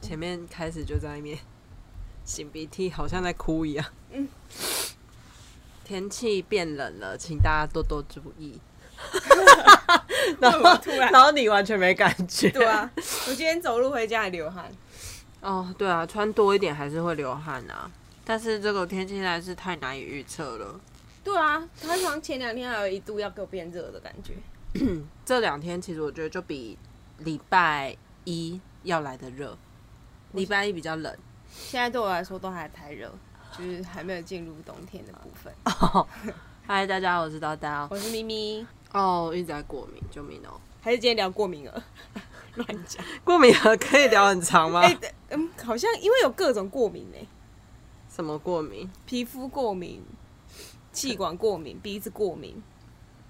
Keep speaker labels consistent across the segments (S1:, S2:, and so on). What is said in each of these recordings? S1: 前面开始就在那边擤鼻涕，好像在哭一样。
S2: 嗯
S1: 天气变冷了，请大家多多注 意。然
S2: 为什么
S1: 后
S2: 突然
S1: 然后你完全没感觉。
S2: 对啊，我今天走路回家还流汗，
S1: 哦，对啊，穿多一点还是会流汗啊。但是这个天气实在是太难以预测了。
S2: 对啊，好像前两天还有一度要给我变热的感觉，
S1: 这两天其实我觉得就比礼拜一要来的热，礼拜一比较 冷。
S2: 现在对我来说都还太热，就是还没有进入冬天的部分。
S1: 嗨，大家好，我是叨叨。
S2: 我是咪咪，
S1: 哦，一直在过敏，救命哦！
S2: 还是今天聊过敏了？ 乱讲。
S1: 过敏了可以聊很长吗
S2: 哎、对嗯，好像因为有各种过敏哎、
S1: 什么过敏？
S2: 皮肤过敏、气管过敏、鼻子过敏，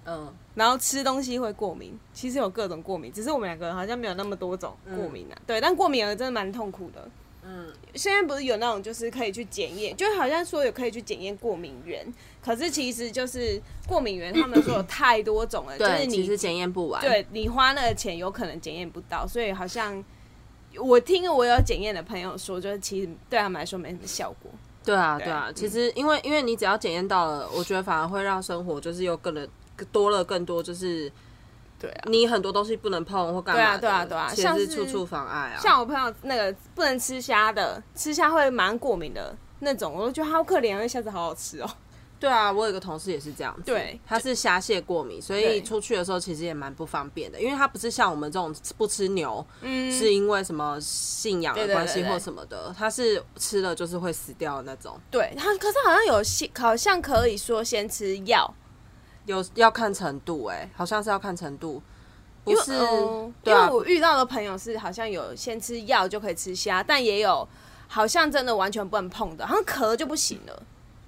S1: 嗯，
S2: 然后吃东西会过敏，其实有各种过敏，只是我们两个好像没有那么多种过敏啊。对，但过敏儿真的蛮痛苦的。
S1: 嗯，
S2: 现在不是有那种就是可以去检验，就好像说有可以去检验过敏源，可是其实就是过敏源，他们说有太多种了，就是
S1: 对，
S2: 你
S1: 其实检验不完。，
S2: 对你花那个钱有可能检验不到，所以好像我听我有检验的朋友说，就是其实对他们来说没什么效果。
S1: 对啊，
S2: 对
S1: 对啊。其实因为因为你只要检验到了，我觉得反而会让生活就是又更了多了更多，就是
S2: 对啊，
S1: 你很多东西不能碰或干嘛的。
S2: 对啊对啊对啊
S1: 其
S2: 像
S1: 实
S2: 是
S1: 是处处妨碍啊。
S2: 像我朋友那个不能吃虾的，吃虾会蛮过敏的那种，我都觉得他好可怜哦，那虾子好好吃哦。
S1: 对啊，我有个同事也是这样子，
S2: 对
S1: 他是虾蟹过敏，所以
S2: 对
S1: 出去的时候其实也蛮不方便的，因为他不是像我们这种不吃牛，
S2: 嗯，
S1: 是因为什么信仰的
S2: 对对
S1: 关系
S2: 对对
S1: 或什么的，他是吃了就是会死掉的那种，
S2: 对他，可是好像有些好像可以说先吃药，
S1: 有要看程度、哎，好像是要看程度，不
S2: 因为
S1: 是、
S2: 呃
S1: 对
S2: 因
S1: 啊
S2: 为，我遇到的朋友是好像有先吃药就可以吃虾，但也有好像真的完全不能碰的，好像壳就不行了，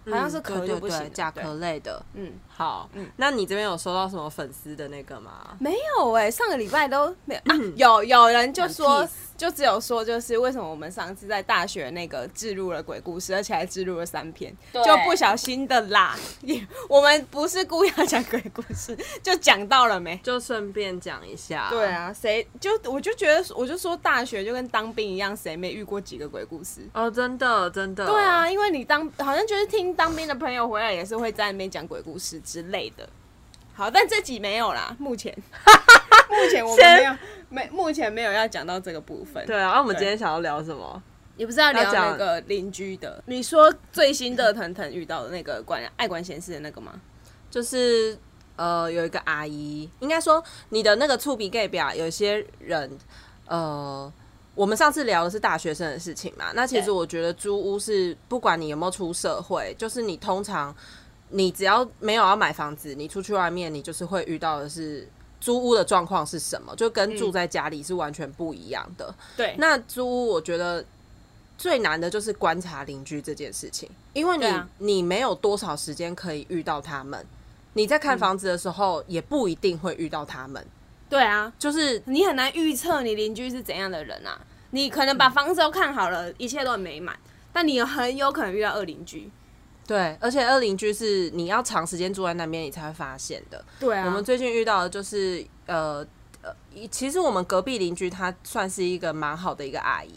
S2: 好像是
S1: 嗯
S2: 壳
S1: 对
S2: 就
S1: 对
S2: 不行了
S1: 对，甲壳
S2: 对
S1: 类的。
S2: 嗯。
S1: 好，那你这边有收到什么粉丝的那个吗？
S2: 没有哎、上个礼拜都没有、啊。有有人就
S1: 嗯很
S2: 说
S1: peace，
S2: 就只有说，就是为什么我们上次在大学那个置入了鬼故事，而且还置入了三篇，
S1: 对
S2: 就不小心的啦。 也我们不是故意要讲鬼故事，就讲到了没？
S1: 就顺便讲一下，
S2: 对，啊，谁就我就觉得，我就说大学就跟当兵一样，谁没遇过几个鬼故事？
S1: 哦，真的真的，
S2: 对啊，因为你当好像就是听当兵的朋友回来也是会在那边讲鬼故事之类的。好，但这集没有啦，目前 目前我们没有 没目前没有要讲到这个部分。
S1: 对，啊，那我们
S2: 对
S1: 今天想要聊什么？
S2: 你不是要
S1: 要
S2: 聊
S1: 讲
S2: 那个邻居的？你说最新热腾腾遇到的那个管爱管闲事的那个吗？
S1: 就是呃，有一个阿姨，应该说你的那个触鼻盖表，有一些人呃，我们上次聊的是大学生的事情嘛。那其实
S2: 对
S1: 我觉得租屋是不管你有没有出社会，就是你通常你只要没有要买房子，你出去外面，你就是会遇到的是。租屋的状况是什么？就跟住在家里是完全不一样的。
S2: 对
S1: 那租屋，我觉得最难的就是观察邻居这件事情，因为你、
S2: 对啊
S1: 你没有多少时间可以遇到他们。你在
S2: 嗯
S1: 看房子的时候，也不一定会遇到他们，
S2: 对啊，
S1: 就是
S2: 你很难预测你邻居是怎样的人啊。你可能把房子都看好了，一切都很美满，但你很有可能遇到恶邻居。
S1: 对，而且二邻居是你要长时间住在那边，你才会发现的。
S2: 对啊
S1: 我们最近遇到的就是呃呃，一其实我们隔壁邻居她算是一个蛮好的一个阿姨，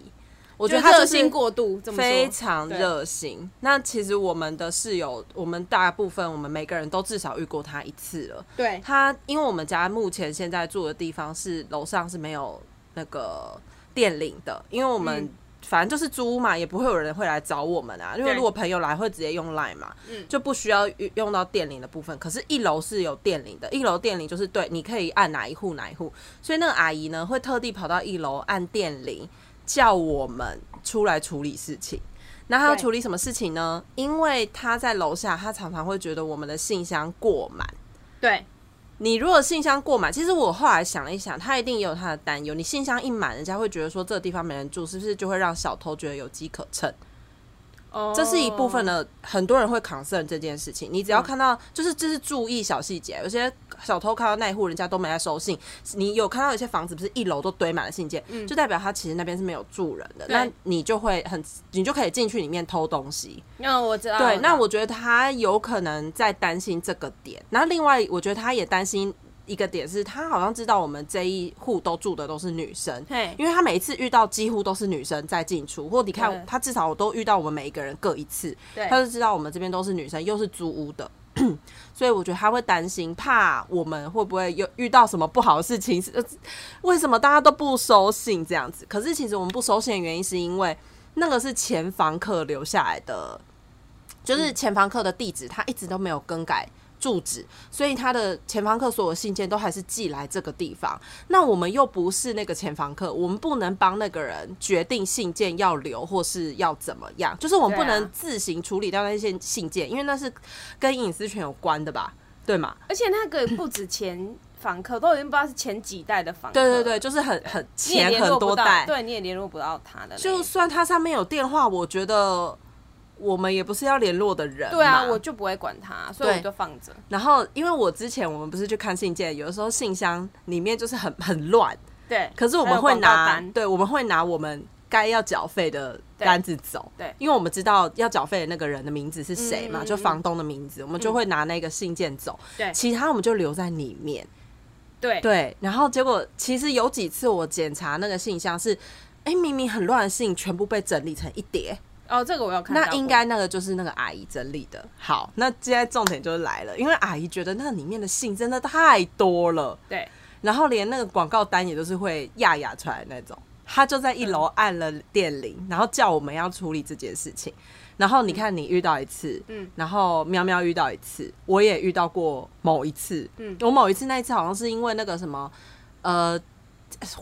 S1: 我
S2: 我
S1: 觉得她就
S2: 热
S1: 是
S2: 心过度，这么说
S1: 非常
S2: 对
S1: 热心。那其实我们的室友，我们大部分我们每个人都至少遇过他一次了。
S2: 对
S1: 他因为我们家目前现在住的地方是楼上是没有那个电铃的，因为我们、
S2: 嗯
S1: 反正就是租屋嘛，也不会有人会来找我们啊。因为
S2: 对
S1: 如果朋友来会直接用 Line 嘛，
S2: 嗯
S1: 就不需要用到电铃的部分。可是，一楼是有电铃的，一楼电铃就是对，你可以按哪一户哪一户。所以那个阿姨呢，会特地跑到一楼按电铃，叫我们出来处理事情。那她要
S2: 对
S1: 处理什么事情呢？因为她在楼下，她常常会觉得我们的信箱过满。
S2: 对
S1: 你如果信箱过满，其实我后来想了一想，他一定也有他的担忧。你信箱一满，人家会觉得说这个地方没人住，是不是就会让小偷觉得有机可乘？
S2: 哦
S1: 这是一部分的，很多人会 concern 这件事情。你只要看到，就是这是注意小细节。有些小偷看到那一户人家都没在收信，你有看到有些房子不是一楼都堆满了信件，就代表他其实那边是没有住人的。
S2: 嗯对
S1: 那你就会很，你就可以进去里面偷东西。
S2: 那我知道。
S1: 对，那我觉得他有可能在担心这个点。然后另外，我觉得他也担心一个点是，他好像知道我们这一户都住的都是女生，
S2: 嘿，
S1: 因为他每一次遇到几乎都是女生在进出，或你
S2: 对
S1: 看他至少我都遇到我们每一个人各一次，
S2: 对
S1: 他就知道我们这边都是女生，又是租屋的。 所以我觉得他会担心，怕我们会不会有遇到什么不好的事情？是呃为什么大家都不收信这样子？可是其实我们不收信的原因是因为那个是前房客留下来的，就是前房客的地址，他一直都没有更改住址，所以他的前房客所有信件都还是寄来这个地方。那我们又不是那个前房客，我们不能帮那个人决定信件要留或是要怎么样，就是我们不
S2: 对啊
S1: 能自行处理掉那些信件，因为那是跟隐私权有关的吧？对嘛？
S2: 而且那个不止前房客，都已经不知道是前几代的房客。
S1: 对对对，，就是很很
S2: 你也
S1: 钱
S2: 联
S1: 很
S2: 络不
S1: 多
S2: 到，
S1: 代，
S2: 对，你也联络不到他的。
S1: 就算他上面有电话，我觉得我们也不是要联络的人嘛。
S2: 对啊，我就不会管他，所以
S1: 对
S2: 我就放着。
S1: 然后因为我之前我们不是去看信件，有的时候信箱里面就是很很乱，
S2: 对，
S1: 可是我
S2: 还
S1: 们
S2: 有
S1: 会
S2: 广告
S1: 拿
S2: 单
S1: 对，我们会拿我们该要缴费的
S2: 对
S1: 单子走，
S2: 对
S1: 因为我们知道要缴费的那个人的名字是谁嘛，
S2: 嗯嗯
S1: 就房东的名字，我们就会拿那个信件走，
S2: 对
S1: 其他我们就留在里面。
S2: 对
S1: 对，然后结果其实有几次我检查那个信箱是，哎、明明很乱的信全部被整理成一叠，
S2: 哦，这个我要看到过。
S1: 那应该那个就是那个阿姨整理的。好，那现在重点就是来了，因为阿姨觉得那里面的信真的太多了，
S2: 对
S1: 然后连那个广告单也都是会压压出来的那种。她就在一楼按了电铃，然后叫我们要处理这件事情。然后你看，你遇到一次，
S2: 嗯
S1: 嗯，然后喵喵遇到一次，我也遇到过某一次，
S2: 嗯
S1: 嗯，我某一次那一次好像是因为那个什么，呃，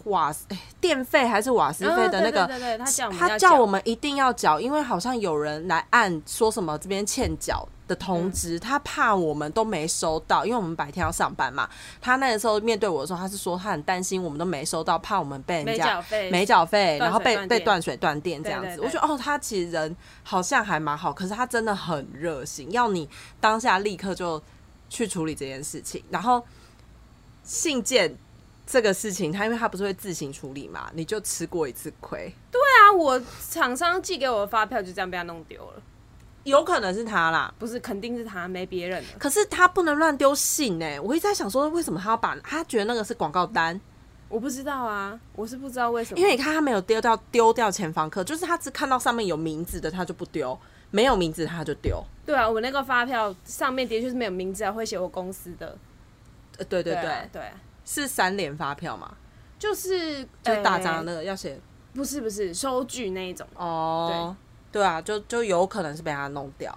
S1: 瓦斯、哎电费还是瓦斯费的那个
S2: 哦对对对对他叫我们要
S1: 他叫我们一定要缴，因为好像有人来按说什么这边欠缴的通
S2: 嗯
S1: 知，他怕我们都没收到，因为我们白天要上班嘛。他那个时候面对我的时候，他是说他很担心我们都没收到，怕我们被人
S2: 没
S1: 家
S2: 缴费，
S1: 没缴费，
S2: 断
S1: 然后
S2: 水
S1: 被
S2: 断
S1: 被
S2: 电
S1: 断水断电这样
S2: 对
S1: 子。
S2: 对对
S1: 我觉得哦，他其实人好像还蛮好，可是他真的很热心，要你当下立刻就去处理这件事情。然后信件这个事情，他因为他不是会自行处理嘛，你就吃过一次亏。
S2: 啊，我厂商寄给我的发票就这样被他弄丢了，
S1: 有可能是他啦，
S2: 不是，肯定是他，没别人了。
S1: 可是他不能乱丢信呢、我一直在想说，为什么他要把他觉得那个是广告单？
S2: 我不知道啊，我是不知道为什么，
S1: 因为你看他没有丢掉丢掉前房客，就是他只看到上面有名字的他就不丢，没有名字他就丢。
S2: 对啊，我那个发票上面的确是没有名字啊，会写我公司的，
S1: 呃，对对对，
S2: 啊对啊，
S1: 是三联发票嘛，
S2: 就是
S1: 就是大张
S2: 的，
S1: 的要写
S2: 不是不是收据那一种，
S1: 哦。对啊，就就有可能是被他弄掉。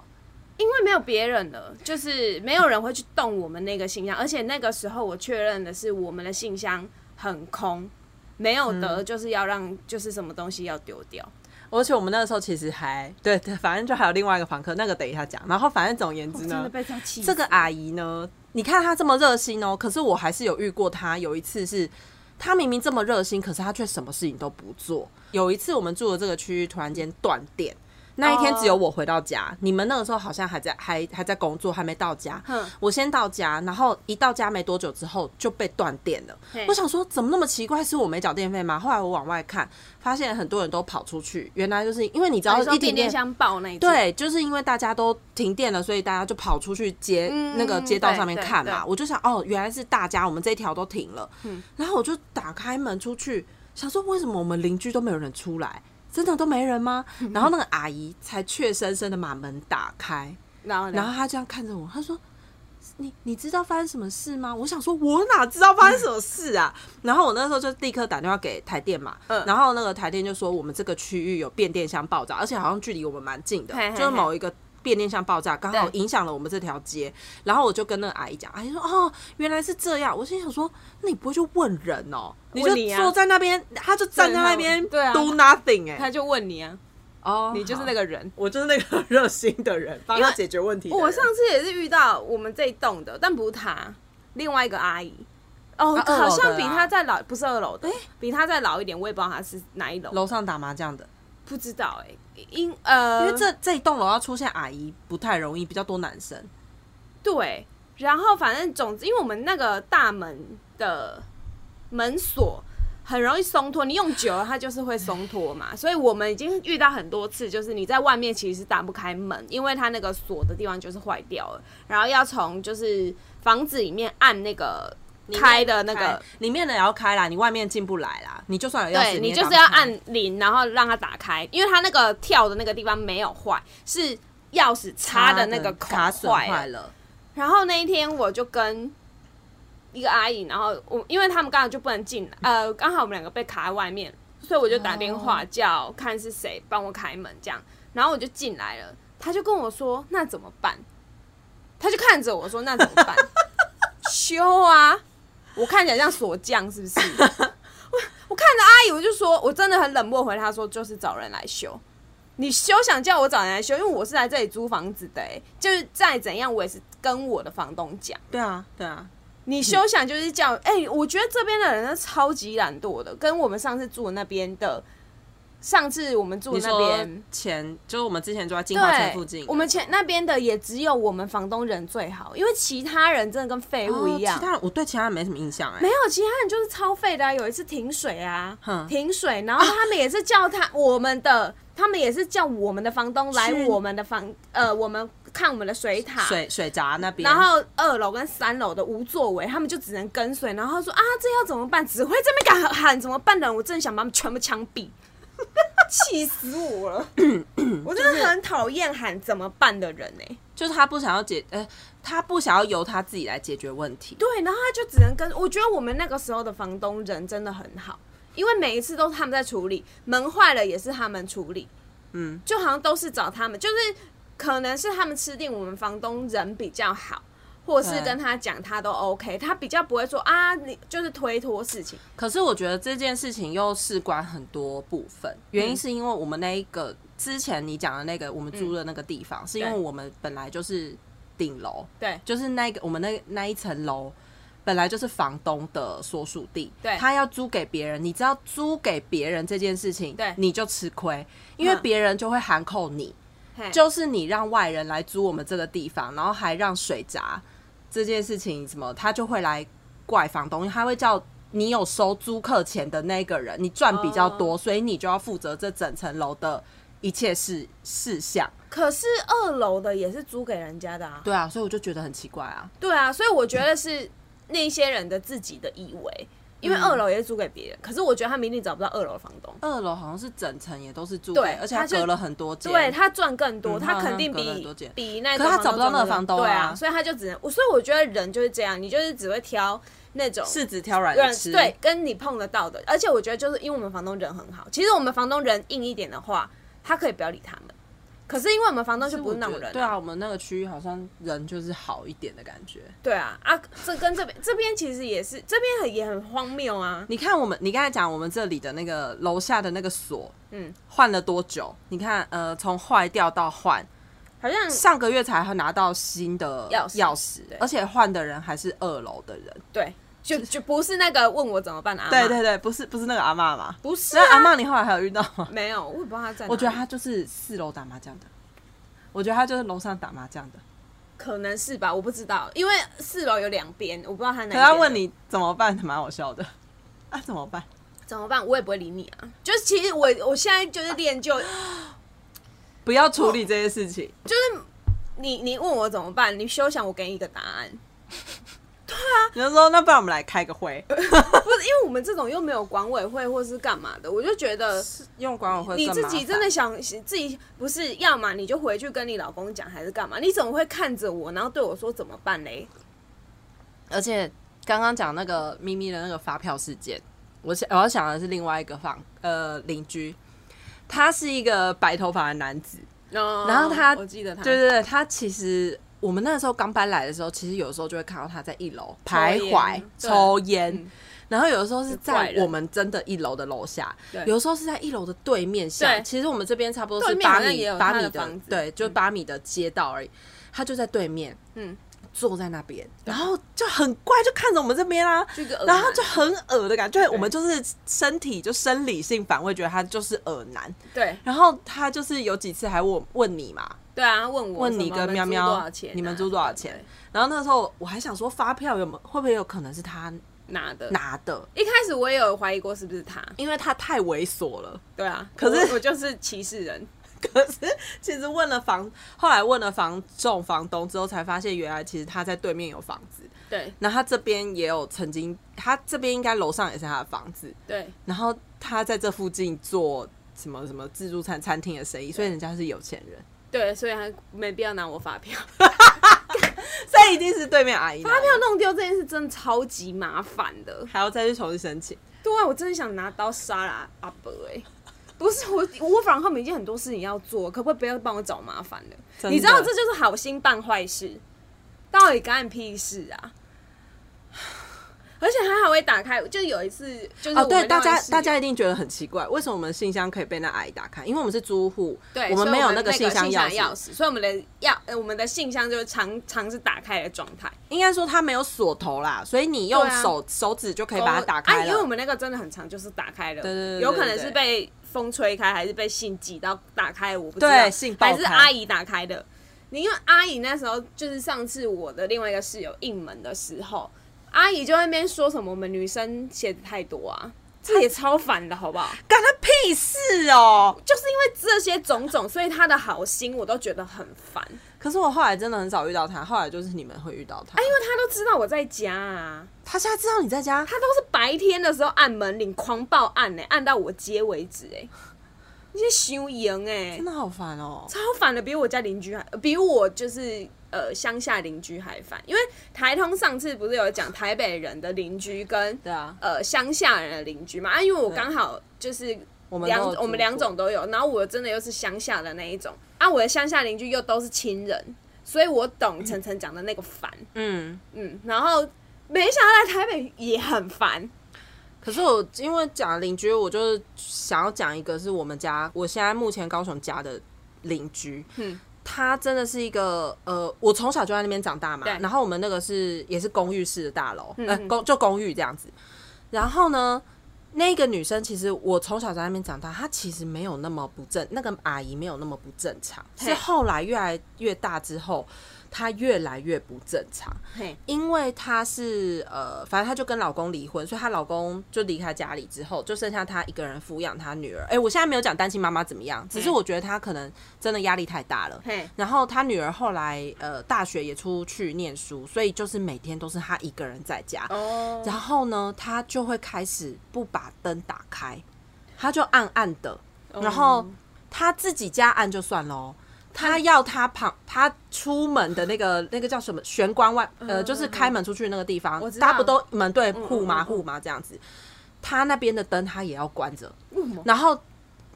S2: 因为没有别人了，就是没有人会去动我们那个信箱，而且那个时候我确认的是我们的信箱很空，没有得
S1: 嗯
S2: 就是要让就是什么东西要丢掉，
S1: 而且我们那个时候其实还对对，反正就还有另外一个房客，那个等一下讲。然后反正总而言之
S2: 哦真
S1: 呢，
S2: 的被他气死
S1: 这个阿姨呢，你看她这么热心哦，可是我还是有遇过她，有一次是。她明明这么热心，可是她却什么事情都不做。有一次我们住的这个区域突然间断电，那一天
S2: 哦
S1: 只有我回到家你们那个时候好像还在还还在工作，还没到家。
S2: 哼
S1: 我先到家，然后一到家没多久之后就被断电了
S2: 嘿。
S1: 我想说怎么那么奇怪，是我没缴电费吗？后来我往外看，发现很多人都跑出去，原来就是因为你只要
S2: 你说
S1: 一
S2: 变
S1: 停
S2: 电
S1: 电，
S2: 箱爆那一次，
S1: 对，就是因为大家都停电了，所以大家就跑出去街、
S2: 嗯
S1: 那个街道上面
S2: 对对
S1: 看嘛。
S2: 对
S1: 我就想，哦，原来是大家，我们这一条都停了。
S2: 嗯
S1: 然后我就打开门出去，想说为什么我们邻居都没有人出来？真的都没人吗？ 然后那个阿姨才怯生生的把门打开，
S2: 然后呢
S1: 然后她这样看着我，她说：“你你知道发生什么事吗？”我想说，我哪知道发生什么事啊？然后我那时候就立刻打电话给台电嘛，
S2: 嗯
S1: 然后那个台电就说我们这个区域有变电箱爆炸，而且好像距离我们蛮近的，
S2: 嘿嘿嘿
S1: 就是某一个。变电箱爆炸，刚好
S2: 对
S1: 影响了我们这条街。然后我就跟那个阿姨讲，阿姨说：“哦，原来是这样。”我心想说：“那你不会就问人哦？你就
S2: 问你啊
S1: 坐在那边，他就站在那边
S2: 对啊
S1: do nothing 哎、
S2: 他就问你啊，
S1: 哦，
S2: 你就是
S1: 好
S2: 那，个 人。
S1: 我就是那个热心的人，帮
S2: 因
S1: 他
S2: 为
S1: 解决问题的人。
S2: 哦我上次也是遇到我们这一栋的，但不是他，另外一个阿姨。哦，
S1: 啊二
S2: 好
S1: 楼的
S2: 像比
S1: 啦
S2: 他再老，不是二楼的，比他再老一点，我也不知道他是哪一楼。
S1: 楼上打麻将的，
S2: 不知道哎、因呃，
S1: 因为这这一栋楼要出现阿姨不太容易，比较多男生。
S2: 对，然后反正总之，因为我们那个大门的门锁很容易松脱，你用久了它就是会松脱嘛。所以我们已经遇到很多次，就是你在外面其实是打不开门，因为它那个锁的地方就是坏掉了，然后要从就是房子里面按那个开的那个
S1: 开。里面的也要开啦，你外面进不来啦。你就算有钥匙，
S2: 对
S1: 你
S2: 你
S1: 也
S2: 就是
S1: 打
S2: 要
S1: 不开
S2: 按铃，然后让它打开，因为它那个跳的那个地方没有坏，是钥匙插的那个孔
S1: 卡榫
S2: 坏了。
S1: 坏了。
S2: 然后那一天我就跟一个阿姨，然后我因为他们刚好就不能进来，呃，刚好我们两个被卡在外面，所以我就打电话叫看是谁帮我开门这样，然后我就进来了，他就跟我说那怎么办？他就看着我说那怎么办？修啊！我看起来像锁匠是不是？我我看着阿姨，我就说我真的很冷漠回她说就是找人来修。你休想叫我找人来修，因为我是来这里租房子的、欸，就是再怎样我也是跟我的房东讲。
S1: 对啊，对啊，
S2: 你休想就是叫，
S1: 嗯
S2: 哎、我觉得这边的人都超级懒惰的，跟我们上次住的那边的，上次我们住
S1: 你
S2: 的那
S1: 说
S2: 边，
S1: 前就是我们之前就在金华城
S2: 对，
S1: 附近，哦
S2: 我们前那边的也只有我们房东人最好，因为其他人真的跟废物一样。
S1: 哦其他人我对其他人没什么印象哎、
S2: 没有，其他人就是超废的、啊。有一次停水啊
S1: 哼，
S2: 停水，然后他们也是叫 他、我们的，他们也是叫我们的房东来
S1: 去
S2: 我们的房，呃，我们看我们的水塔。
S1: 水水闸那边，
S2: 然后二楼跟三楼的无作为，他们就只能跟随。然后他说啊，这要怎么办？指挥这边敢喊怎么办的人，我真的想把他们全部枪毙， 气死我了！我真的很讨厌喊怎么办的人呢、欸
S1: 就是他不想要解，呃，他不想要由他自己来解决问题。
S2: 对，然后他就只能跟。我觉得我们那个时候的房东人真的很好，因为每一次都是他们在处理，门坏了也是他们处理，
S1: 嗯，
S2: 就好像都是找他们，就是可能是他们吃定我们房东人比较好。或是
S1: 对
S2: 跟他讲，他都 OK，他比较不会说啊，你就是推脱事情。
S1: 可是我觉得这件事情又事关很多部分，原
S2: 嗯
S1: 因是因为我们那一个之前你讲的那个我们租的那个地方，是因为
S2: 对
S1: 我们本来就是顶楼，
S2: 对
S1: 就是那个我们那那一层楼。本来就是房东的所属地，
S2: 对
S1: 他要租给别人，你知道租给别人这件事情，
S2: 对
S1: 你就吃亏，因为
S2: 嗯
S1: 别人就会函扣你，
S2: 嘿
S1: 就是你让外人来租我们这个地方，然后还让水闸这件事情什么，他就会来怪房东，因为他会叫你有收租客钱的那个人，你赚比较多，所以你就要负责这整层楼的一切事事项。
S2: 可是二楼的也是租给人家的啊。
S1: 对啊，所以我就觉得很奇怪啊。
S2: 对啊，所以我觉得是那些人的自己的以为，因为二楼也是租给别人，可是我觉得他们一定找不到二楼的房东。
S1: 二楼好像是整层也都是租给，
S2: 对
S1: 而且
S2: 他
S1: 他
S2: 就
S1: 隔了很多间。
S2: 对他赚更
S1: 嗯
S2: 多，他肯定
S1: 他赚更
S2: 比
S1: 多钱
S2: 比那
S1: 可
S2: 种
S1: 是他找不到那个
S2: 房
S1: 房
S2: 东
S1: 东
S2: 更
S1: 啊
S2: 对啊，所以他就只能，我所以我觉得人就是这样，你就是只会挑那种
S1: 柿子挑软的
S2: 人
S1: 吃。
S2: 对，跟你碰得到的，而且我觉得就是因为我们房东人很好，其实我们房东人硬一点的话，他可以不要理他们，可是因为我们房东就
S1: 可是
S2: 不
S1: 我
S2: 是
S1: 觉
S2: 那
S1: 得，
S2: 种人啊、
S1: 对啊，我们那个区域好像人就是好一点的感觉。
S2: 对啊，啊，这跟这边这边其实也是，这边很也很荒谬啊。
S1: 你看我们，你刚才讲我们这里的那个楼下的那个锁，
S2: 嗯
S1: 嗯，换了多久？你看，呃，从坏掉到换，
S2: 好像
S1: 上个月才拿到新的
S2: 嗯钥匙
S1: 钥匙
S2: 对，
S1: 而且换的人还是二楼的人。
S2: 对，就就不是那个问我怎么办的阿嬷
S1: 对，对对，不是不是那个阿嬷嘛？
S2: 不是、
S1: 那
S2: 啊、
S1: 阿嬷你后来还有遇到吗？
S2: 没有，我也不知道他 在哪里。
S1: 我觉得他就是四楼打麻将的，我觉得他就是楼上打麻将的。
S2: 可能是吧，我不知道，因为四楼有两边，我不知道他哪一
S1: 可
S2: 边。
S1: 他问你怎么办，蛮好笑的。啊，怎么办？
S2: 怎么办，我也不会理你啊。就是其实我我现在就是练就，
S1: 不要处理这些事情。
S2: 就是你你问我怎么办，你休想我给你一个 答案。哦
S1: 你就说，那不然我们来开个会，
S2: 不是因为我们这种又没有管委会或是干嘛的，我就觉得
S1: 用管委会
S2: 你
S1: 更
S2: 自
S1: 麻
S2: 己
S1: 烦
S2: 真的想自己不是，要么你就回去跟你老公讲，还是干嘛？你怎么会看着我，然后对我说怎么办嘞？
S1: 而且刚刚讲那个咪咪的那个发票事件，我想我要想的是另外一个房呃邻居，他是一个白头发的男子，
S2: 然
S1: 然后他
S2: 哦我记得他，
S1: 对对对，他其实我们那时候刚搬来的时候，其实有时候就会看到他在一楼徘徊
S2: 烟对
S1: 抽烟。
S2: 嗯
S1: 然后有的时候是
S2: 怪
S1: 在
S2: 人
S1: 我们真的一楼的楼下
S2: 对，
S1: 有的时候是在一楼的对面
S2: 对
S1: 巷。其实我们这边差不多
S2: 对
S1: 是
S2: 面好
S1: 八
S2: 像
S1: 米
S2: 也有他
S1: 八
S2: 的
S1: 米
S2: 房子
S1: 对，就八米的街道而已。他就在对面，
S2: 嗯，
S1: 坐在那边，然后就很怪，就看着我们这边啊，
S2: 就一个恶
S1: 然后
S2: 男
S1: 就很恶的感觉，我们就是身体就生理性反胃，觉得他就是恶男。
S2: 对
S1: 然后他就是有几次还问问你嘛，
S2: 对啊，问我
S1: 问
S2: 什
S1: 你
S2: 么
S1: 跟
S2: 我
S1: 喵
S2: 们租
S1: 喵
S2: 多少钱啊，
S1: 你们租多少钱
S2: 对
S1: 然后那时候我还想说发票有没有会不会有可能是他
S2: 拿的？
S1: 拿的，
S2: 一开始我也有怀疑过是不是他，
S1: 因为他太猥琐了。
S2: 对啊，
S1: 可是
S2: 我我就是歧视人，
S1: 可是其实问了房，后来问了房仲房东之后，才发现原来其实他在对面有房子，
S2: 对
S1: 然后他这边也有曾经，他这边应该楼上也是他的房子，
S2: 对
S1: 然后他在这附近做什么什么自助餐餐厅的生意，所以人家是有钱 人，
S2: 对，所以还没必要拿我发票，
S1: 所以一定是对面阿姨拿的
S2: 发票弄丢这件事真的超级麻烦的。
S1: 还要再去重新申请。
S2: 对啊，我真的想拿刀杀了阿伯哎、 不是我，我反而后面已经很多事情要做，可不可以不要帮我找麻烦了？
S1: 真的
S2: 你知道这就是好心办坏事，到底干你屁事啊？ 而且他还会打开，就有一次就是
S1: 哦，
S2: 我们
S1: 对，
S2: 另
S1: 大
S2: 外一
S1: 家
S2: 室友
S1: 大家一定觉得很奇怪，为什么我们信箱可以被那阿姨打开？因为我们是租户，
S2: 对，
S1: 我们
S2: 所以
S1: 没有
S2: 那
S1: 个信箱
S2: 箱
S1: 钥
S2: 匙，所以我们的钥呃我们的信箱就是常常是打开的状态，
S1: 应该说它没有锁头啦，所以你用
S2: 对啊
S1: 手、手指就可以把它打开了。
S2: 啊，因为我们那个真的很长，就是打开了，
S1: 对对对对
S2: 有可能是被风吹开，还是被信挤到打开，我不知道，
S1: 对信爆开
S2: 还是阿姨打开的。你因为阿姨那时候就是上次我的另外一个室友应门的时候，阿姨就在那边说什么我们女生写的太多啊，这也超烦的好不好？
S1: 干他屁事哦！
S2: 就是因为这些种种，所以她的好心我都觉得很烦，啊，
S1: 可是我后来真的很少遇到他，后来就是你们会遇到他。
S2: 因为她都知道我在家啊。
S1: 他现在知道你在家，
S2: 他都是白天的时候按门铃狂暴按呢、欸按到我接为止哎、欸，你些修营哎
S1: 真，的好烦哦。
S2: 超烦的，比我家邻居还，呃比我就是呃乡下邻居还烦，因为台通上次不是有讲台北人的邻居跟
S1: 对啊，
S2: 呃乡下人的邻居嘛，啊，因为我刚好就是
S1: 我们都有
S2: 两
S1: 租
S2: 我们两种都有，然后我真的又是乡下的那一种，啊，我的乡下邻居又都是亲人，所以我懂晨晨讲的那个烦，
S1: 嗯。
S2: 嗯，然后没想到在台北也很烦。
S1: 可是我因为讲邻居，我就是想要讲一个是我们家，我现在目前高雄家的邻居，
S2: 嗯
S1: 他真的是一个呃，我从小就在那边长大嘛，
S2: 对
S1: 然后我们那个是也是公寓式的大楼，
S2: 嗯
S1: 呃，
S2: 嗯
S1: 公就公寓这样子。然后呢，那个女生其实我从小在那边长大，她其实没有那么不正，那个阿姨没有那么不正常，
S2: 嘿
S1: 是后来越来越大之后，她越来越不正常。
S2: 嘿，
S1: 因为她是呃，反正她就跟老公离婚，所以她老公就离开家里之后，就剩下她一个人抚养她女儿。哎、我现在没有讲单亲妈妈怎么样，只是
S2: 嗯
S1: 我觉得她可能真的压力太大了。
S2: 嘿，
S1: 然后她女儿后来呃大学也出去念书，所以就是每天都是她一个人在家。
S2: 哦，
S1: 然后呢，她就会开始不把灯打开，她就暗暗的。然
S2: 哦
S1: 后她自己家暗就算喽，她要她旁她出门的那个那个叫什么玄关外，
S2: 嗯
S1: 呃，就是开门出去那个地方
S2: 我，知道
S1: 大家不都门对户
S2: 嗯嗯
S1: 嘛
S2: 嗯
S1: 户嘛这样子，她那边的灯她也要关着，
S2: 为什么？
S1: 然后。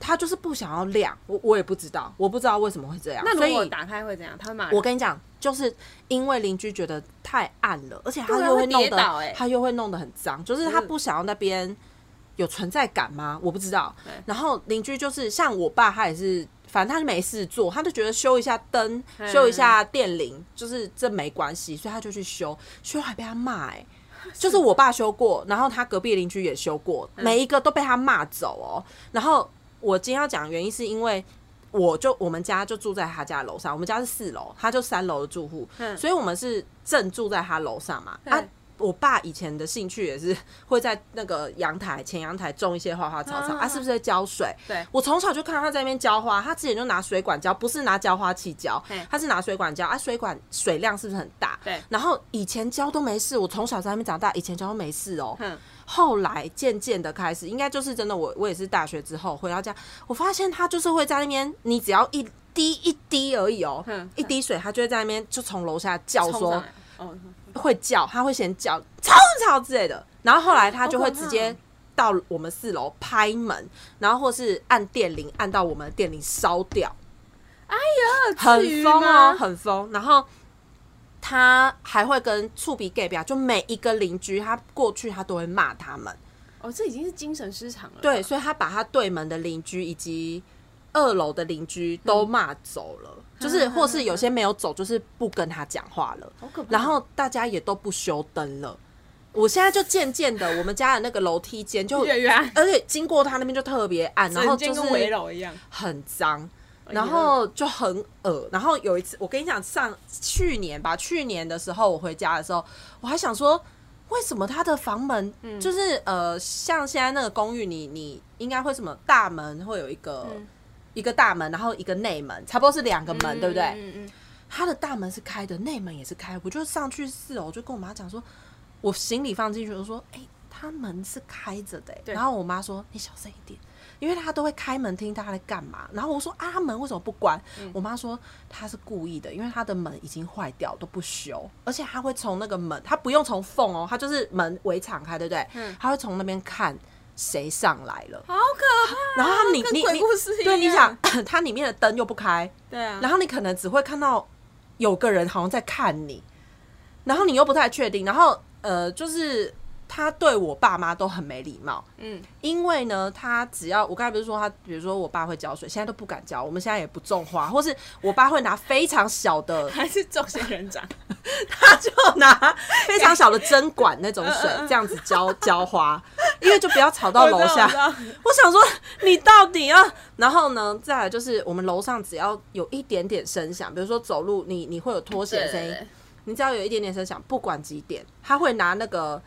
S1: 她就是不想要亮，我我也不知道，我不知道为什么会这样。
S2: 那
S1: 所
S2: 如
S1: 以
S2: 果打开会怎样？他会骂人
S1: 我跟你讲，就是因为邻居觉得太暗了，而且他
S2: 对啊
S1: 又弄
S2: 会跌倒欸
S1: 得，他又会弄得很脏，就是他
S2: 嗯
S1: 不想要那边有存在感吗？我不知道
S2: 对。
S1: 然后邻居就是像我爸，他也是，反正他没事做，他就觉得修一下灯
S2: 嗯、
S1: 修一下电铃，就是这没关系，所以他就去修，修还被他骂 哎、就是我爸修过，然后他隔壁邻居也修过，
S2: 嗯
S1: 每一个都被他骂走哦。然后我今天要讲的原因是因为。我就我们家就住在他家楼上，我们家是四楼，他就三楼的住户，
S2: 嗯
S1: 所以我们是正住在他楼上嘛。
S2: 嗯
S1: 啊，我爸以前的兴趣也是会在那个阳台前阳台种一些花花草草
S2: 啊
S1: 啊，是不是在浇水？
S2: 对
S1: 我从小就看到他在那边浇花，他之前就拿水管浇，不是拿浇花器浇
S2: 嘿，
S1: 他是拿水管浇啊，水管水量是不是很大？
S2: 对
S1: 然后以前浇都没事，我从小在那边长大，以前浇都没事哦、
S2: 哼
S1: 后来渐渐的开始，应该就是真的我，我也是大学之后回到家，我发现他就是会在那边，你只要一滴一滴而已哦、
S2: 嗯
S1: 一滴水，他就会在那边就从楼下叫
S2: 冲上
S1: 说
S2: 来哦，
S1: 会叫，他会先叫吵吵之类的，然后后来他就会直
S2: 好可哦
S1: 接到我们四楼拍门，然后或是按电铃，按到我们的电铃烧掉。
S2: 嗯啊
S1: 很疯啊哦，很疯。然后他还会跟触鼻 gay 表，就每一个邻居，他过去他都会骂他们。
S2: 哦，这已经是精神失常了吧。
S1: 对，所以他把他对门的邻居以及二楼的邻居都
S2: 嗯
S1: 骂走了，就是或是有些没有走，就是不跟他讲话了。
S2: 好可怕
S1: 然后大家也都不修灯了。我现在就渐渐的，我们家的那个楼梯间就
S2: 越来越暗
S1: 而且经过他那边就特别暗，然后
S2: 整
S1: 就
S2: 间
S1: 是
S2: 跟围楼一样。
S1: 很脏，
S2: 哎呀
S1: 然后就很恶。然后有一次，我跟你讲，上去年吧，去年的时候我回家的时候，我还想说，为什么他的房门、
S2: 嗯
S1: 就是呃，像现在那个公寓你，你应该会什么大门会有一个、一个大门，然后一个内门，差不多是两个门，对不对？
S2: 嗯嗯嗯嗯。
S1: 他的大门是开的，内门也是开，我就上去四楼，我就跟我妈讲说，我行李放进去，我说，哎、他门是开着的、欸
S2: 对
S1: 然后我妈说，你小声一点，因为他都会开门听他在干嘛。然后我说，啊，他门为什么不关？
S2: 嗯
S1: 我妈说他是故意的，因为他的门已经坏掉都不修，而且他会从那个门，他不用从缝哦，他就是门围敞开，对不对？
S2: 嗯
S1: 他会从那边看谁上来了。
S2: 好可怕！
S1: 然后他你
S2: 跟
S1: 你
S2: 鬼
S1: 你
S2: 故事一样
S1: 对，你想它里面的灯又不开，
S2: 对啊，
S1: 然后你可能只会看到有个人好像在看你，然后你又不太确定，然后呃，就是他对我爸妈都很没礼貌，
S2: 嗯，
S1: 因为呢，他只要我刚才不是说他，比如说我爸会浇水，现在都不敢浇，我们现在也不种花，或是我爸会拿非常小 的，
S2: 还是中仙人掌，
S1: 他就拿非常小的针管那种水这样子浇浇花，因为就不要吵 到
S2: 嗯我
S1: 楼
S2: 知道
S1: 下
S2: 我知。道
S1: 我想说，你到底要？然后呢，再来就是我们楼上只要有一点点声响，比如说走路，你你会有拖鞋的声音
S2: 对对对，
S1: 你只要有一点点声响，不管几点，他会拿那个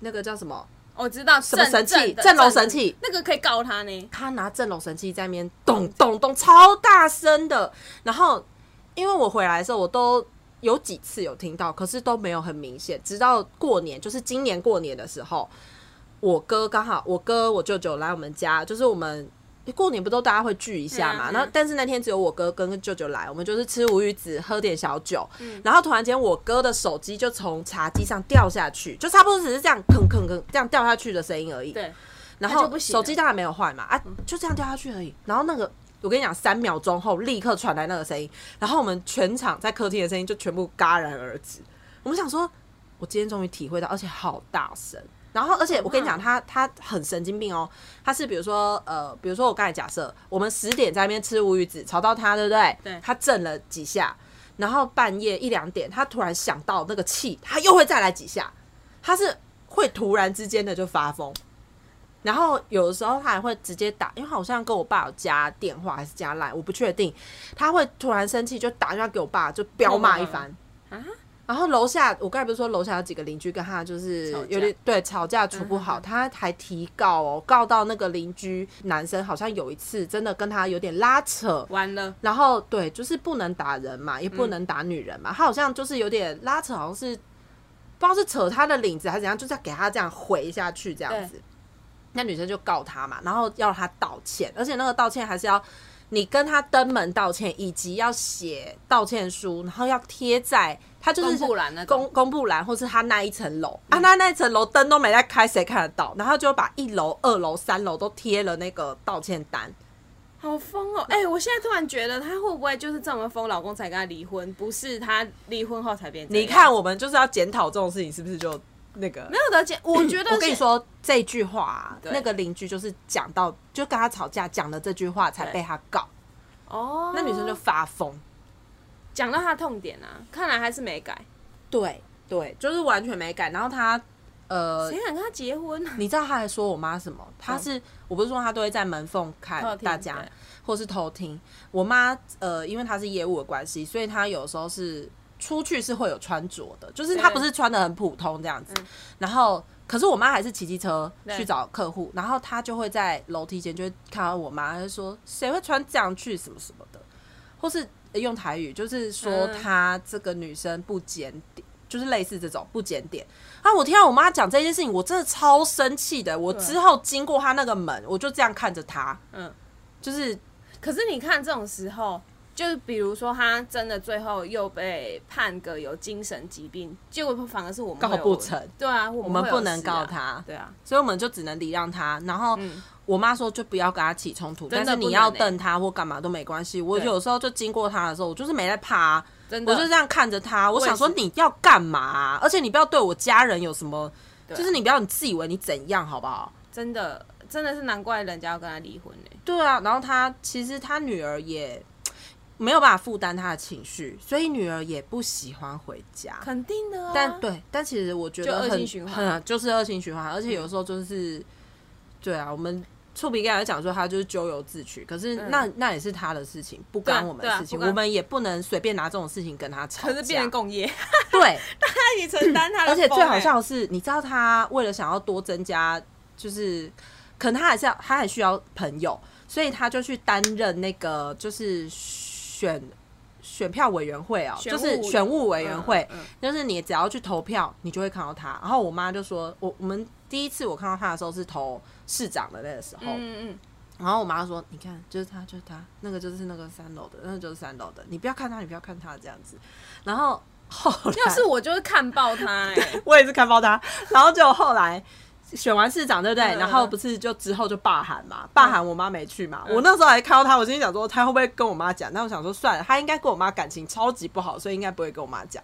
S1: 那个叫什么
S2: 我知道
S1: 什么神器，
S2: 的
S1: 震楼神器，
S2: 那个可以告他呢。
S1: 他拿震龙神器在那边咚咚咚，超大声的。然后因为我回来的时候，我都有几次有听到，可是都没有很明显。直到过年，就是今年过年的时候，我哥刚好，我哥我舅舅来我们家，就是我们。诶过年不都大家会聚一下嘛？
S2: 嗯嗯
S1: 那、但是那天只有我哥跟舅舅来，我们就是吃无鱼子，喝点小酒。然后突然间，我哥的手机就从茶几上掉下去，就差不多只是这样吭吭吭这样掉下去的声音而已。
S2: 对，
S1: 然
S2: 那就
S1: 后
S2: 不行
S1: 手
S2: 了嗯
S1: 机当然没有换嘛，啊，就这样掉下去而已。然后那个，我跟你讲，三秒钟后立刻传来那个声音，然后我们全场在客厅的声音就全部戛然而止。我们想说，我今天终于体会到，而且好大声。然后，而且我跟你讲，他他很神经病哦。他是比如说，呃，比如说我刚才假设，我们十点在那边吃无语子，吵到他，对不对？
S2: 对
S1: 他震了几下，然后半夜一两点，他突然想到那个气，他又会再来几下。他是会突然之间的就发疯，然后有的时候他还会直接打，因为好像跟我爸有加电话还是加 line，我不确定。他会突然生气就打电话给我爸，就彪骂一番
S2: 啊。
S1: 然后楼下，我刚才不是说楼下有几个邻居跟他就是
S2: 吵架
S1: 有点对吵架处不好，他还提告哦，告到那个邻居男生好像有一次真的跟他有点拉扯，
S2: 完了，
S1: 然后对，就是不能打人嘛，也不
S2: 嗯
S1: 能打女人嘛，他好像就是有点拉扯，好像是不知道是扯他的领子还是怎样，就是要给他这样回下去这样子。那女生就告他嘛，然后要他道歉，而且那个道歉还是要你跟他登门道歉，以及要写道歉书，然后要贴在他就是
S2: 公布栏那种嗯
S1: 公公布栏，或是他那一层楼、啊，那那一层楼灯都没在开，谁看得到？然后就把一楼、二楼、三楼都贴了那个道歉单。
S2: 好疯哦！哎，我现在突然觉得他会不会就是这么疯，老公才跟他离婚，不是他离婚后才变这样
S1: 你，看，我们就是要检讨这种事情，是不是就那个？
S2: 没有得解，我觉 得
S1: 我跟你
S2: 是，
S1: 说这句话啊、
S2: 对
S1: 那个邻居就是讲到，就跟他吵架讲了这句话，才
S2: 对
S1: 被他告。
S2: 哦，
S1: 那女生就发疯，
S2: 讲到他痛点啊，看来还是没改。
S1: 对对，就是完全没改。然后他呃，
S2: 谁敢跟他结婚啊？
S1: 你知道他还说我妈什么？他是、我不是说他都会在门缝
S2: 偷
S1: 看
S2: 听
S1: 大家
S2: 对，
S1: 或是偷听。我妈呃，因为她是业务的关系，所以她有时候是出去是会有穿着的，就是她
S2: 对
S1: 不是穿的很普通这样子
S2: 嗯。
S1: 然后，可是我妈还是骑机车
S2: 对
S1: 去找客户，然后她就会在楼梯间就会看到我妈，她就说谁会穿这样去什么什么的，或是呃用台语就是说
S2: 嗯
S1: 她这个女生不检点。就是类似这种不检点啊！我听到我妈讲这件事情，我真的超生气的。我
S2: 对
S1: 之后经过她那个门，我就这样看着她，
S2: 嗯，
S1: 就是
S2: 可是你看这种时候，就是比如说他真的最后又被判个有精神疾病，结果反而是我们
S1: 告
S2: 会有
S1: 不成。
S2: 对啊，我
S1: 我
S2: 们
S1: 们
S2: 会有
S1: 不能
S2: 事啊
S1: 告。他，
S2: 对啊，
S1: 所以我们就只能礼让他。然后
S2: 嗯
S1: 我妈说就不要跟他起冲突，
S2: 真
S1: 但
S2: 的
S1: 是
S2: 不
S1: 你
S2: 能
S1: 要
S2: 欸
S1: 瞪他或干嘛都没关系。我
S2: 对
S1: 有时候就经过他的时候，我就是没在怕、啊，
S2: 真的，
S1: 我就这样看着他，我
S2: 也
S1: 想说
S2: 是
S1: 你要干嘛啊、而且你不要对我家人有什么，
S2: 对啊
S1: 就是你不要你自以为你怎样好不好？
S2: 真的真的是难怪人家要跟他离婚嘞、
S1: 对啊，然后他其实他女儿也没有办法负担他的情绪，所以女儿也不喜欢回家。
S2: 肯定的啊。
S1: 但对，但其实我觉得
S2: 就恶
S1: 很
S2: 性循环
S1: 很啊就是恶性循环，而且有时候就是，对啊，我们触鼻刚才讲说他就是咎由自取，可是
S2: 嗯
S1: 那、那也是他的事情，不
S2: 对
S1: 干
S2: 啊
S1: 我们
S2: 对啊
S1: 的事情，
S2: 不干
S1: 我们也不能随便拿这种事情跟他吵
S2: 可
S1: 架。
S2: 是变成共业，
S1: 对，
S2: 那你承担他的
S1: 而
S2: 风欸、
S1: 且最好笑的是，你知道他为了想要多增加，就是可能他还是要他还需要朋友，所以他就去担任那个就是选选票委员会哦、
S2: 选务
S1: 就是选务委员会，
S2: 嗯嗯
S1: 就是你只要去投票，你就会看到他。然后我妈就说，我我们第一次我看到他的时候是投市长的那个时候，
S2: 嗯嗯
S1: 然后我妈说：“你看，就是他，就是他，那个就是那个三楼的，那个就是三楼的，你不要看他，你不要看他这样子。”然后后来
S2: 嗯，要是我就会看爆他、欸，
S1: 我也是看爆他，然后就后来选完市长，对不对？
S2: 嗯嗯
S1: 然后不是就之后就罢韩嘛，罢韩我妈没去嘛。
S2: 嗯
S1: 我那时候还看到他，我心里想说他会不会跟我妈讲？但我想说算了，他应该跟我妈感情超级不好，所以应该不会跟我妈讲。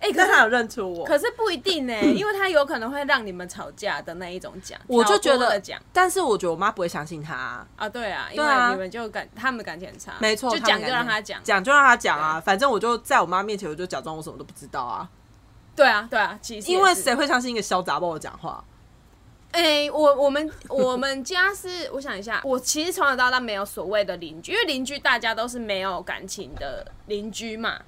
S2: 哎、可
S1: 但他
S2: 是
S1: 有认出我，
S2: 可是不一定呢、因为他有可能会让你们吵架的那一种讲，
S1: 我就觉
S2: 挑拨
S1: 得
S2: 的讲，
S1: 但是我觉得我妈不会相信他、
S2: 啊，对啊，因
S1: 对啊
S2: 为你们就感他们感情很差，
S1: 没错，
S2: 就
S1: 他们
S2: 讲就
S1: 感
S2: 让
S1: 情
S2: 他讲，
S1: 讲就让他讲啊。反正我就在我妈面前，我就假装我什么都不知道啊。
S2: 对啊对啊，其实也
S1: 因为
S2: 是
S1: 谁会相信一个小杂包讲话？
S2: 哎、我我们我们家是，我想一下，我其实从小到大没有所谓的邻居，因为邻居大家都是没有感情的邻居嘛，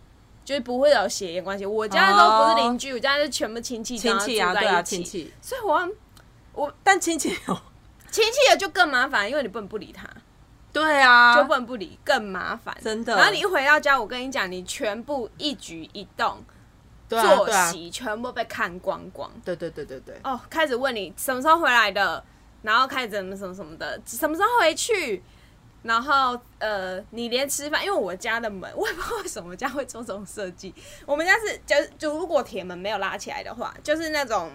S2: 就是不会有血缘关系。我家都不是邻居，我家是全部亲戚，
S1: 哦亲戚啊，
S2: 然
S1: 对
S2: 后住在
S1: 啊，
S2: 一起
S1: 亲。戚。
S2: 所以我要
S1: 但亲戚有，
S2: 亲戚的就更麻烦，因为你不能不理他，
S1: 对啊，
S2: 就不能不理，更麻烦。
S1: 真的
S2: 然后你一回到家，我跟你讲，你全部一举一动、
S1: 对啊
S2: 作
S1: 对啊
S2: 息全部被看光光。
S1: 对对对对对，
S2: 哦，开始问你什么时候回来的，然后开始怎么什么什么的，什么时候回去，然后呃，你连吃饭，因为我家的门，我也不知道为什么我家会做这种设计，我们家是就就如果铁门没有拉起来的话，就是那种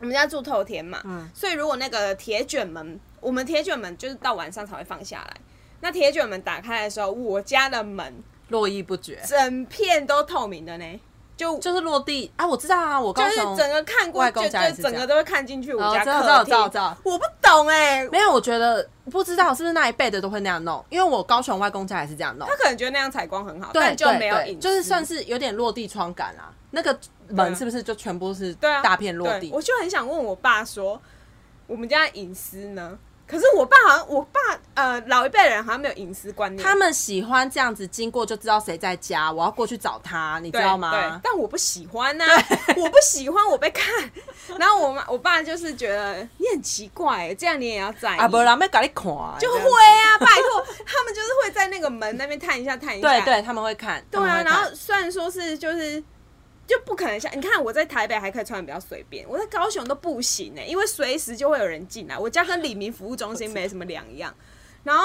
S2: 我们家住透天嘛，
S1: 嗯
S2: 所以如果那个铁卷门，我们铁卷门就是到晚上才会放下来。那铁卷门打开的时候，我家的门
S1: 络绎不绝，
S2: 整片都透明的呢，就
S1: 就是落地啊，我知道啊，我高
S2: 就是
S1: 雄
S2: 整个看过
S1: 外
S2: 去，就
S1: 公家也
S2: 就是
S1: 这
S2: 整个
S1: 样
S2: 都会看进去我
S1: 哦
S2: 家
S1: 知道知道
S2: 客
S1: 知道
S2: 厅
S1: 知道。
S2: 我不懂哎、
S1: 没有，我觉得不知道是不是那一辈的都会那样弄，因为我高雄外公家也是这样弄
S2: 他，可能觉得那样采光很好，
S1: 对，
S2: 但就
S1: 对
S2: 没有
S1: 对
S2: 隐私，
S1: 就是算是有点落地窗感啊。那个
S2: 对啊
S1: 门是不是就全部是
S2: 对啊，
S1: 大片落
S2: 对
S1: 地？
S2: 我就很想问我爸说，我们家隐私呢？可是我爸好像，我爸呃老一辈人好像没有隐私观念，
S1: 他们喜欢这样子经过就知道谁在家，我要过去找他，你知
S2: 对
S1: 道
S2: 对
S1: 吗？
S2: 但我不喜欢呐、我不喜欢我被看。 然后我妈我爸就是觉得你很奇怪、欸这样你也要在意。
S1: 啊，不然没搞你看，
S2: 就
S1: 这
S2: 会
S1: 样
S2: 啊，拜托，他们就是会在那个门那边探一下探一下，
S1: 对对，他们会看，
S2: 对
S1: 他
S2: 啊，
S1: 们会
S2: 然
S1: 看
S2: 后虽然说是就是就不可能像你看我在台北还可以穿的比较随便，我在高雄都不行呢、因为随时就会有人进来。我家跟李明服务中心没什么两样，然后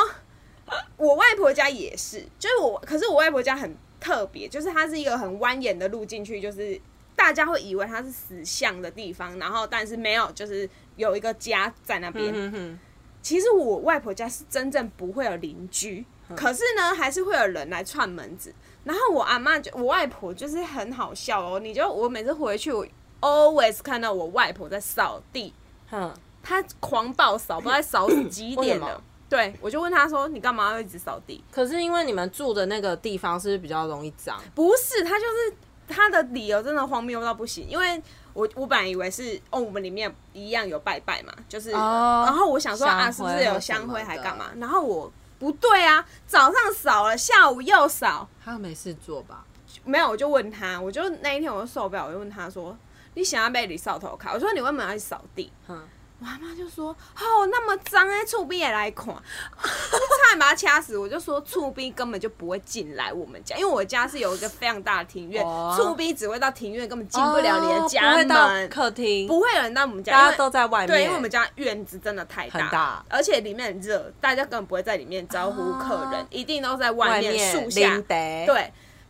S2: 我外婆家也是，就是我可是我外婆家很特别，就是它是一个很蜿蜒的路进去，就是。大家会以为它是死巷的地方，然后但是没有，就是有一个家在那边。
S1: 嗯哼
S2: 其实我外婆家是真正不会有邻居，可是呢，还是会有人来串门子。然后我阿妈就我外婆就是很好笑哦，你就我每次回去，我 always 看到我外婆在扫地，
S1: 哼，
S2: 她狂暴扫，不知道在扫
S1: 为
S2: 几
S1: 什
S2: 点
S1: 么
S2: 了。对，我就问她说：“你干嘛要一直扫地
S1: 可是因为你们住的那个地方是不是比较容易脏？”
S2: 不是，她就是她的理由真的荒谬到不行，因为。我我本来以为是哦，我们里面一样有拜拜嘛，就是，
S1: 哦
S2: 然后我想说啊，是
S1: 香
S2: 不
S1: 灰
S2: 是有
S1: 或
S2: 香
S1: 什么
S2: 灰还
S1: 的
S2: 干嘛？然后我不对啊，早上扫了，下午又扫，
S1: 他没事做吧？
S2: 没有，我就问他，我就那一天我就受不了，我就问他说：“你想要被你扫头卡？”我说：“你为什么要去扫地
S1: 哼，？”
S2: 我阿妈就说：“哦，那么脏哎，厝边也来看，我差点把他掐死。”我就说：“厝边根本就不会进来我们家，因为我家是有一个非常大的庭院
S1: 哦，
S2: 厝边、只会到庭院，根本进不了你的
S1: 哦
S2: 家
S1: 不会
S2: 门，
S1: 到客厅，
S2: 不会有人到我们家，
S1: 大
S2: 因
S1: 家
S2: 为
S1: 都在外面。
S2: 对，因为我们家院子真的太大，
S1: 很大
S2: 而且里面很热，大家根本不会在里面招呼客人，
S1: 啊
S2: 一定都在
S1: 外
S2: 外面树下
S1: 林。得，
S2: 对，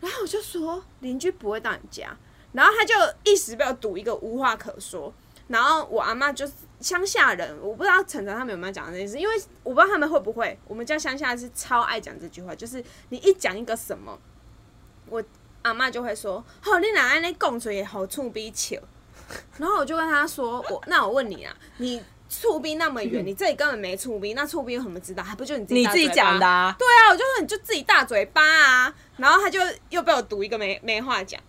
S2: 然后我就说邻居不会到你家，然后他就一时被我堵一个无话可说。然后我阿妈就是乡下人，我不知道晨晨他们有没有讲这件事，因为我不知道他们会不会。我们家乡下是超爱讲这句话，就是你一讲一个什么，我阿妈就会说：“哦，你哪安尼讲出来好处比笑。”然后我就跟他说：“我那我问你啊，你出兵那么远，你这里根本没出兵，那出兵有什么知道？还不就你自己
S1: 你
S2: 大
S1: 自己
S2: 嘴巴
S1: 讲的啊，
S2: 对啊，我就说你就自己大嘴巴啊，然后他就又被我读一个没没话讲，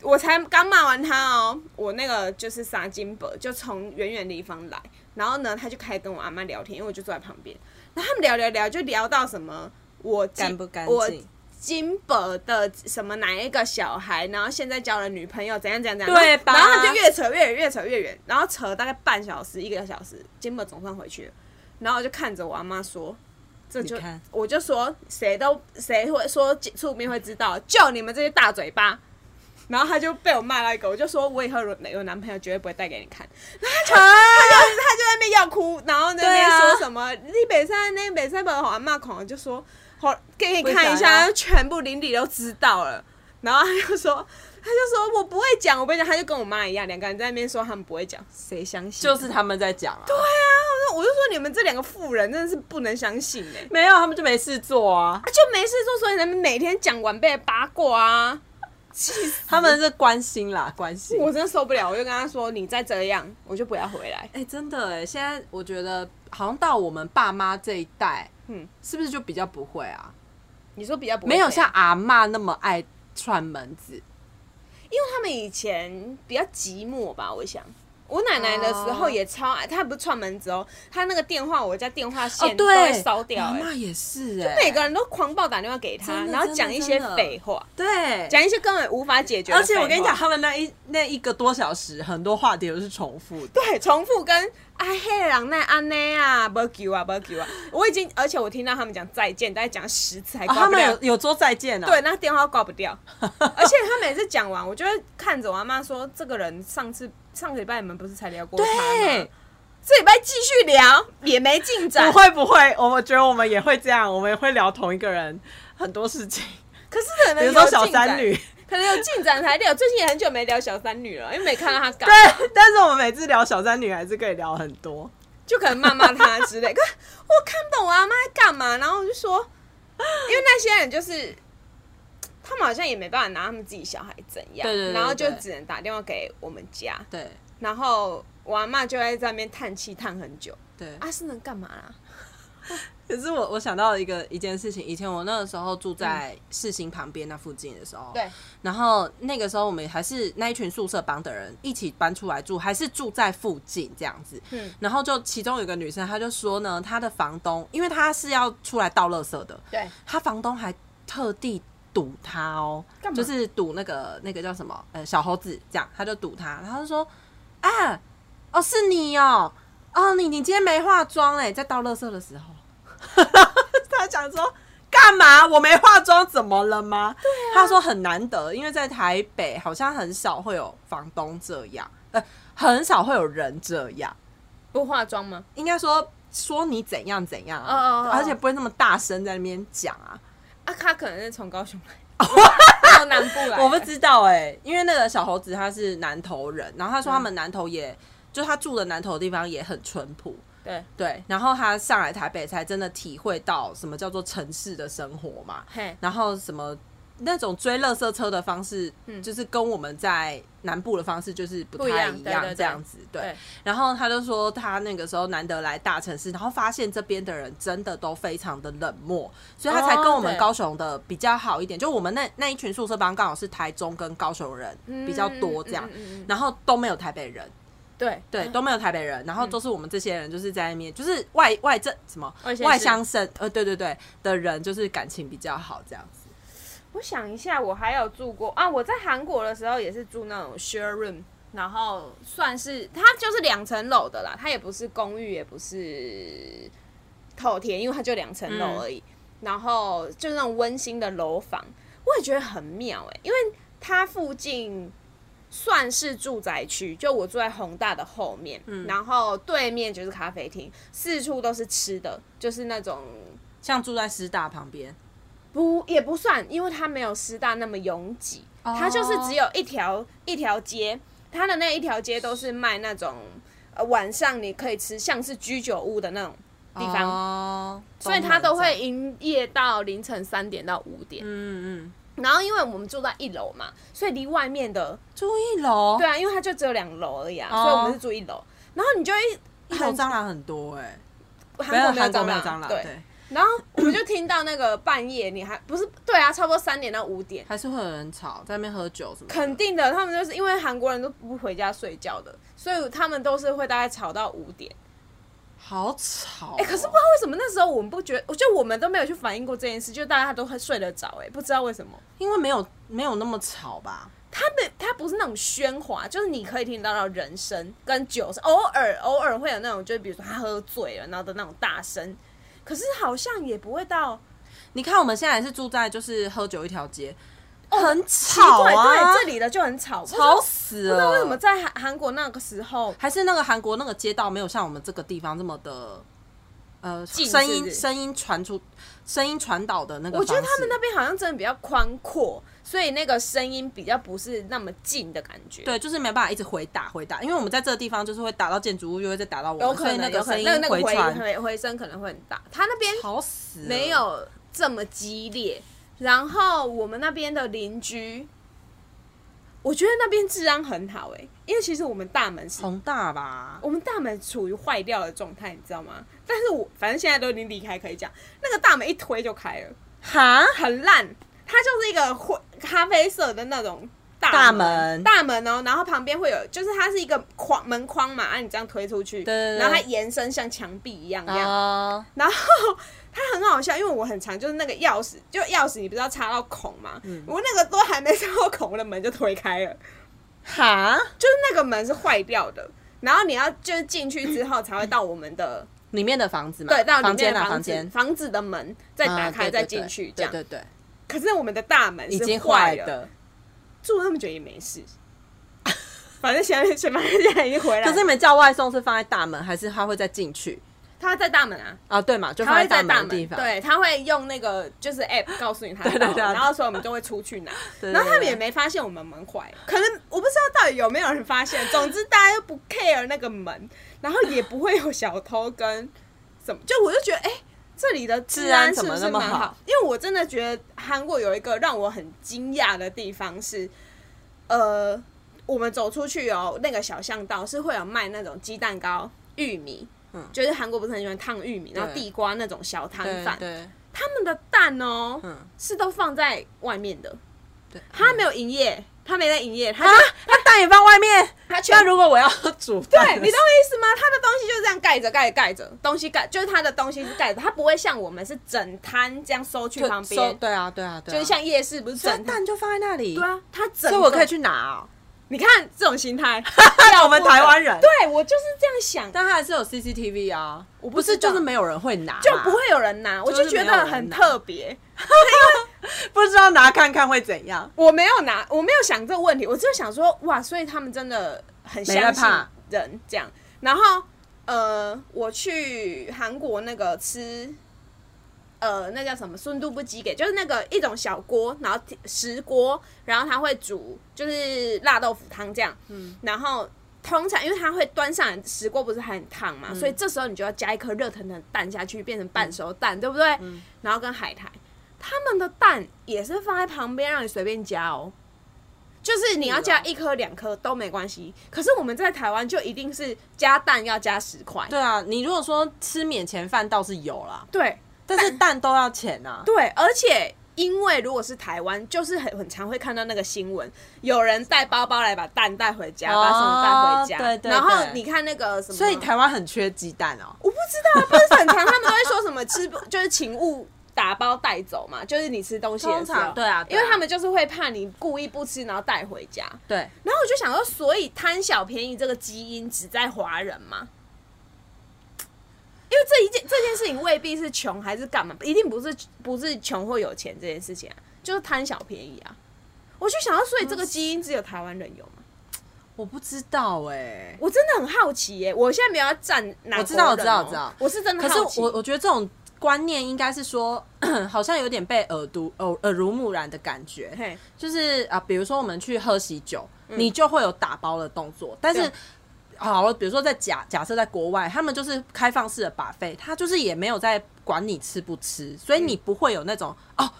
S2: 我才刚骂完他哦，我那个就是撒金伯就从远远地方来，然后呢他就开始跟我阿妈聊天，因为我就坐在旁边，然后他们聊聊聊就聊到什么我金
S1: 干不干
S2: 我
S1: 净？
S2: 金伯的什么哪一个小孩，然后现在交了女朋友，怎样怎样怎样，
S1: 对吧
S2: 然后他就越扯越远，越扯越远，然后扯大概半小时一个小时，金伯总算回去了，然后我就看着我阿妈说。这就
S1: 你看
S2: 我就说谁都谁会说出面会知道，就你们这些大嘴巴。然后他就被我骂了一个，我就说我以后有有男朋友绝对不会带给你看。他就他就在那边要哭，然后在那边说什么、你北山那北山把我骂狂，就说好给你看一
S1: 不会讲
S2: 下，全部邻里都知道了。然后他就说，他就说我不会讲，我不会讲，他就跟我妈一样，两个人在那边说他们不会讲，谁相信？
S1: 就是他们在讲啊，
S2: 那我就说你们这两个妇人真的是不能相信哎、
S1: 没有他们就没事做啊
S2: 啊，，就没事做，所以他们每天讲晚辈的八卦啊，气死！
S1: 他们是关心啦，关心。
S2: 我真的受不了，我就跟他说，你再这样，我就不要回来。
S1: 哎、真的哎，现在我觉得好像到我们爸妈这一代，
S2: 嗯，
S1: 是不是就比较不会啊？
S2: 你说比较不会
S1: 没有
S2: 这样
S1: 像阿嬷那么爱串门子。
S2: 因为他们以前比较寂寞吧，我想。我奶奶的时候也超爱，她不是串门子哦，她那个电话，我家电话线都会烧掉、
S1: 哦阿
S2: 欸，
S1: 嬷也是哎，
S2: 每个人都狂暴打电话给她
S1: 真，的
S2: 然后讲一些
S1: 真的
S2: 废话，
S1: 对。
S2: 讲一些根本无法解决的
S1: 而
S2: 废话。
S1: 且我跟你讲，他们那一那一个多小时，很多话题都是重复的。
S2: 对，重复跟啊嘿人那安内啊，不救啊，不救啊，我已经，而且我听到他们讲再见，大概讲十次还
S1: 啊、
S2: 挂
S1: 他
S2: 不
S1: 们
S2: 掉。
S1: 有有说再见啊？
S2: 对，，那电话挂不 掉，而且他每次讲完，我就会看着我阿妈说：“这个人上次上个礼拜你们不是才聊过他吗
S1: 对？”
S2: 这礼拜继续聊，也没进展
S1: 不。会不会，我我觉得我们也会这样，我们也会聊同一个人很多事 情，
S2: 可是
S1: 比
S2: 可能
S1: 如
S2: 有
S1: 说小
S2: 进展
S1: 三女，，
S2: 可能有进展才聊。最近也很久没聊小三女了，因为没看到她搞，
S1: 对， 但是我们每次聊小三女还是可以聊很多。
S2: 就可能骂骂她之类。可 是我看不懂我阿妈在干嘛，然后我就说，因为那些人就是。他们好像也没办法拿他们自己小孩怎样，
S1: 对对对对
S2: 然后就
S1: 对
S2: 只能打电话给我们家，
S1: 对
S2: 然后我阿妈就会在那边叹气叹很久。
S1: 对，
S2: 啊，是能干嘛啦？
S1: 可是我我想到一个一件事情，以前我那个时候住在世新旁边那附近的时候，
S2: 对，
S1: 然后那个时候我们还是那一群宿舍帮的人一起搬出来住，还是住在附近这样子。
S2: 嗯
S1: 然后就其中有个女生，她就说呢，她的房东，因为她是要出来倒垃圾的，
S2: 对，
S1: 她房东还特地堵她哦
S2: 干，嘛
S1: 就是堵那个那个叫什么呃小猴子这样，她就堵她，然后就说啊，哦是你哦，哦你你今天没化妆嘞，在倒垃圾的时候， 她想说。干嘛？我没化妆，怎么了吗？对啊，他说很难得，因为在台北好像很少会有房东这样，呃，很少会有人这样。
S2: 不化妆吗？
S1: 应该说说你怎样怎样
S2: 哦哦
S1: 啊，
S2: 哦
S1: 而且不会那么大声在那边讲啊。
S2: 啊，他可能是从高雄 来，从南部来的。
S1: 我不知道哎、因为那个小猴子他是南投人，然后他说他们南投也，就他住的南投的地方也很淳朴。
S2: 对，
S1: 对，然后他上来台北才真的体会到什么叫做城市的生活嘛，
S2: 嘿，
S1: 然后什么那种追垃圾车的方式，
S2: 嗯
S1: 就是跟我们在南部的方式就是不
S2: 不一
S1: 太
S2: 样
S1: 一
S2: 对
S1: 样
S2: 对对
S1: 这样子。对，
S2: 对
S1: 然后他就说，他那个时候难得来大城市，然后发现这边的人真的都非常的冷漠，所以他才跟我
S2: 哦
S1: 们
S2: 对
S1: 高雄的比较好一点。就我们那那一群宿舍帮刚好是台中跟高雄人比较多这样，
S2: 嗯嗯嗯嗯嗯嗯
S1: 然后都没有台北人，
S2: 对
S1: 对，都没有台北人，然后都是我们这些人就是在那边，就是外外镇什么
S2: 外县市
S1: 外乡生，呃，对对对的人，就是感情比较好这样子。
S2: 我想一下，我还有住过啊，我在韩国的时候也是住那种 share room，然后算是它就是两层楼的啦，它也不是公寓，也不是透天，因为它就两层楼而已。然后就是那种温馨的楼房，我也觉得很妙哎、因为它附近算是住宅区，就我住在宏大的后面，然后对面就是咖啡厅，四处都是吃的，就是那种
S1: 像住在师大旁边，
S2: 不也不算，因为它没有师大那么拥挤，
S1: 哦
S2: 它就是只有一条一条街，它的那一条街都是卖那种呃晚上你可以吃像是居酒屋的那种地方，
S1: 哦，
S2: 所以它都会营业到凌晨三点到五点。
S1: 嗯嗯，
S2: 然后因为我们住在一楼嘛，所以离外面的
S1: 住一楼，
S2: 对啊，因为它就只有两楼而已啊，
S1: 哦
S2: 所以我们是住一楼。然后你就会
S1: 一楼蟑螂很多哎、
S2: 韩国没有
S1: 韩国
S2: 蟑
S1: 没有
S2: 螂，
S1: 蟑螂，
S2: 对。
S1: 对，
S2: 然后我们就听到那个半夜，你还不是对啊，差不多三点到五点，
S1: 还是会有人吵，在那边喝酒什么的。
S2: 肯定的，他们就是因为韩国人都不回家睡觉的，所以他们都是会大概吵到五点。
S1: 好吵、哦。
S2: 哎、可是不知道为什么那时候我们不觉得，我觉得我们都没有去反应过这件事，就大家都会睡得着，哎，不知道为什么。
S1: 因为没有没有那么吵吧？
S2: 他们他不是那种喧哗，就是你可以听得到人声跟酒声，偶尔偶尔会有那种，就是比如说他喝醉了然后的那种大声，可是好像也不会到
S1: 你看我们现在是住在就是喝酒一条街，很
S2: 哦奇
S1: 吵
S2: 怪，
S1: 啊，
S2: 对这里的就很吵，
S1: 吵死了。
S2: 不知道为什么在韩韩国那个时候，
S1: 还是那个韩国那个街道没有像我们这个地方这么的，呃，
S2: 近
S1: 声
S2: 是不
S1: 音
S2: 是
S1: 声音传出，声音传导的那个
S2: 我
S1: 方式。
S2: 觉得他们那边好像真的比较宽阔，所以那个声音比较不是那么近的感觉。
S1: 对，就是没办法一直回打回打，因为我们在这个地方就是会打到建筑物，就会再打到我
S2: 有
S1: 们，
S2: 可
S1: 所以
S2: 能
S1: 那
S2: 有
S1: 个声
S2: 可能
S1: 音
S2: 那个那个回
S1: 传
S2: 回回声可能会很大，他那边
S1: 吵死了，
S2: 没有这么激烈。然后我们那边的邻居，我觉得那边治安很好哎、因为其实我们大门是。
S1: 宏大吧？
S2: 我们大门处于坏掉的状态，你知道吗？但是我反正现在都已经离开，可以讲，那个大门一推就开了，
S1: 哈，
S2: 很烂，它就是一个灰咖啡色的那种大
S1: 大
S2: 门
S1: 门
S2: 大门哦，然后旁边会有，就是它是一个框门框嘛，啊，你这样推出去，
S1: 对对对
S2: 然后它延伸像墙壁一样这样，
S1: 啊，
S2: 然后它很好笑，因为我很常就是那个钥匙，就钥匙你不是要插到孔嘛，
S1: 嗯
S2: 我那个都还没插到孔，我的门就推开了，
S1: 哈，
S2: 就是那个门是坏掉的。然后你要就是进去之后才会到我们的
S1: 里面的房子嘛，
S2: 对到里
S1: 房
S2: 面
S1: 间
S2: 的
S1: 啊，
S2: 房
S1: 房
S2: 子
S1: 间
S2: 房子的门再打
S1: 啊
S2: 开
S1: 对
S2: 再
S1: 对
S2: 进
S1: 对
S2: 去这样，
S1: 对对对，
S2: 可是我们的大门
S1: 已
S2: 是
S1: 经
S2: 坏
S1: 坏
S2: 了，
S1: 的。
S2: 住他们觉得也没事，反正现在现在现在已经回来了，
S1: 可是你们叫外送是放在大门，还是他会再进去？
S2: 他在大门啊，
S1: 啊，对嘛，就
S2: 他
S1: 放
S2: 会
S1: 大
S2: 在大
S1: 门的
S2: 门
S1: 地，方。
S2: 对，他会用那个就是 app 告诉你他到了，
S1: 对对对
S2: 然后所以我们就会出去拿，
S1: 对对对
S2: 然后他们也没发现我们门坏，可能我不知道到底有没有人发现，总之大家又不 care 那个门，然后也不会有小偷跟什么，就我就觉得哎。这里的治安是
S1: 治
S2: 不是
S1: 安怎么那么
S2: 蛮
S1: 好？
S2: 因为我真的觉得韩国有一个让我很惊讶的地方是，呃，我们走出去哦，那个小巷道是会有卖那种鸡蛋糕、玉米，
S1: 嗯
S2: 就是韩国不是很喜欢烫玉米，然后
S1: 对
S2: 地瓜那种小摊
S1: 对
S2: 贩，
S1: 对，
S2: 他们的蛋哦、
S1: 嗯，
S2: 是都放在外面的，
S1: 对。
S2: 他没有营业，他没在营业，他
S1: 嗯啊，他蛋也放外面。
S2: 他全
S1: 那如果我要煮
S2: 对
S1: 蛋的时候，
S2: 你懂我意思吗？他的东西就是这样盖着盖着盖着，东西盖就是他的东西是盖着，他不会像我们是整摊这样收去
S1: 就
S2: 旁
S1: 收
S2: 边，
S1: 对啊，对啊，对啊，
S2: 就是像夜市不是
S1: 所以
S2: 整摊。
S1: 蛋就放在那里，
S2: 对，啊，他整
S1: 所以
S2: 个
S1: 我可以去拿 哦。
S2: 你看这种心态，
S1: 我们台湾人
S2: 对我就是这样 想，
S1: 但它还是有 CCTV 啊，我
S2: 不
S1: 不是
S2: 知道
S1: 就是没有人会拿嘛，
S2: 就不会有人拿，我
S1: 就是
S2: 就觉
S1: 没有
S2: 得
S1: 人
S2: 很
S1: 拿
S2: 特别。
S1: 不知道拿看看会怎样。
S2: 我没有拿，我没有想这个问题，我就想说，哇，所以他们真的很相
S1: 没在
S2: 信
S1: 怕
S2: 人这样。然后，呃，我去韩国那个吃，呃，那叫什么孙都不鸡给，就是那个一种小锅，然后石锅，然后他会煮就是辣豆腐汤这样。嗯，然后通常因为它会端上来，石锅不是还很烫
S1: 嗯
S2: 嘛，所以这时候你就要加一颗热腾腾的蛋下去，变成半熟蛋，
S1: 嗯
S2: 对不对？然后跟海苔，他们的蛋也是放在旁边让你随便加哦。就是你要加一颗两颗都没关系，
S1: 嗯
S2: 可是我们在台湾就一定是加蛋要加十块，
S1: 对啊，你如果说吃免钱饭倒是有啦，
S2: 对
S1: 但是蛋都要钱啊。
S2: 对，而且因为如果是台湾，就是很很常会看到那个新闻，有人带包包来把蛋带回家，
S1: 哦
S2: 把什么带回家，
S1: 对对
S2: 然后
S1: 对
S2: 你看那个什么，
S1: 所以台湾很缺鸡蛋哦，
S2: 我不知道，不是很常他们都会说什么吃不就是请勿打包带走嘛，就是你吃东西的时
S1: 通
S2: 候，
S1: 常对啊对
S2: 因
S1: 啊
S2: 为他们就是会怕你故意不吃，然后带回家。
S1: 对，
S2: 然后我就想说，所以贪小便宜这个基因只在华人吗？因为这一件这件事情未必是穷还是干嘛，一定不是不是穷或有钱这件事情啊，就是贪小便宜啊。我就想要，所以这个基因只有台湾人有吗？
S1: 我不知道哎、
S2: 我真的很好奇耶、我现在没有要站哪、哦
S1: 我知道我知道我知道
S2: 我是真的
S1: 可
S2: 好奇。
S1: 是我我觉得这种观念应该是说， 好像有点被耳濡耳耳濡目染的感觉。
S2: 嘿，
S1: 就是啊，比如说我们去喝喜酒，你就会有打包的动作，但是
S2: 对。
S1: 好了，比如说在假假设在国外，他们就是开放式的把费，他就是也没有在管你吃不吃，所以你不会有那种、哦，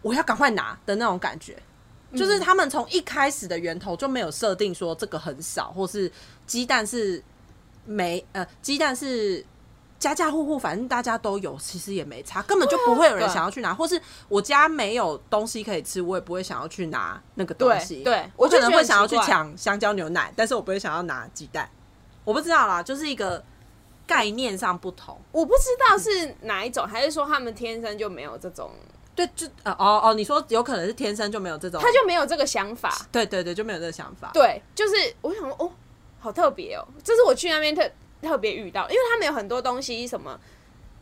S1: 我要赶快拿的那种感觉。就是他们从一开始的源头就没有设定说这个很少，或是鸡蛋是没呃鸡蛋是家家户户，反正大家都有，其实也没差，根本就不会有人
S2: 对
S1: 想要去拿，或是我家没有东西可以吃，我也不会想要去拿那个东
S2: 对
S1: 西。
S2: 对
S1: 我
S2: 我就
S1: 可能会
S2: 觉得很
S1: 想要去
S2: 奇怪
S1: 抢香蕉牛奶，但是我不会想要拿鸡蛋。我不知道啦，就是一个概念上不同。
S2: 我不知道是哪一种，还是说他们天生就没有这种，
S1: 对，就呃哦哦，你说有可能是天生就没有这种，
S2: 他就没有这个想法。
S1: 对对对，就没有这个想法。
S2: 对，就是我想说，哦，好特别哦，这是我去那边特特别遇到，因为他们有很多东西，什么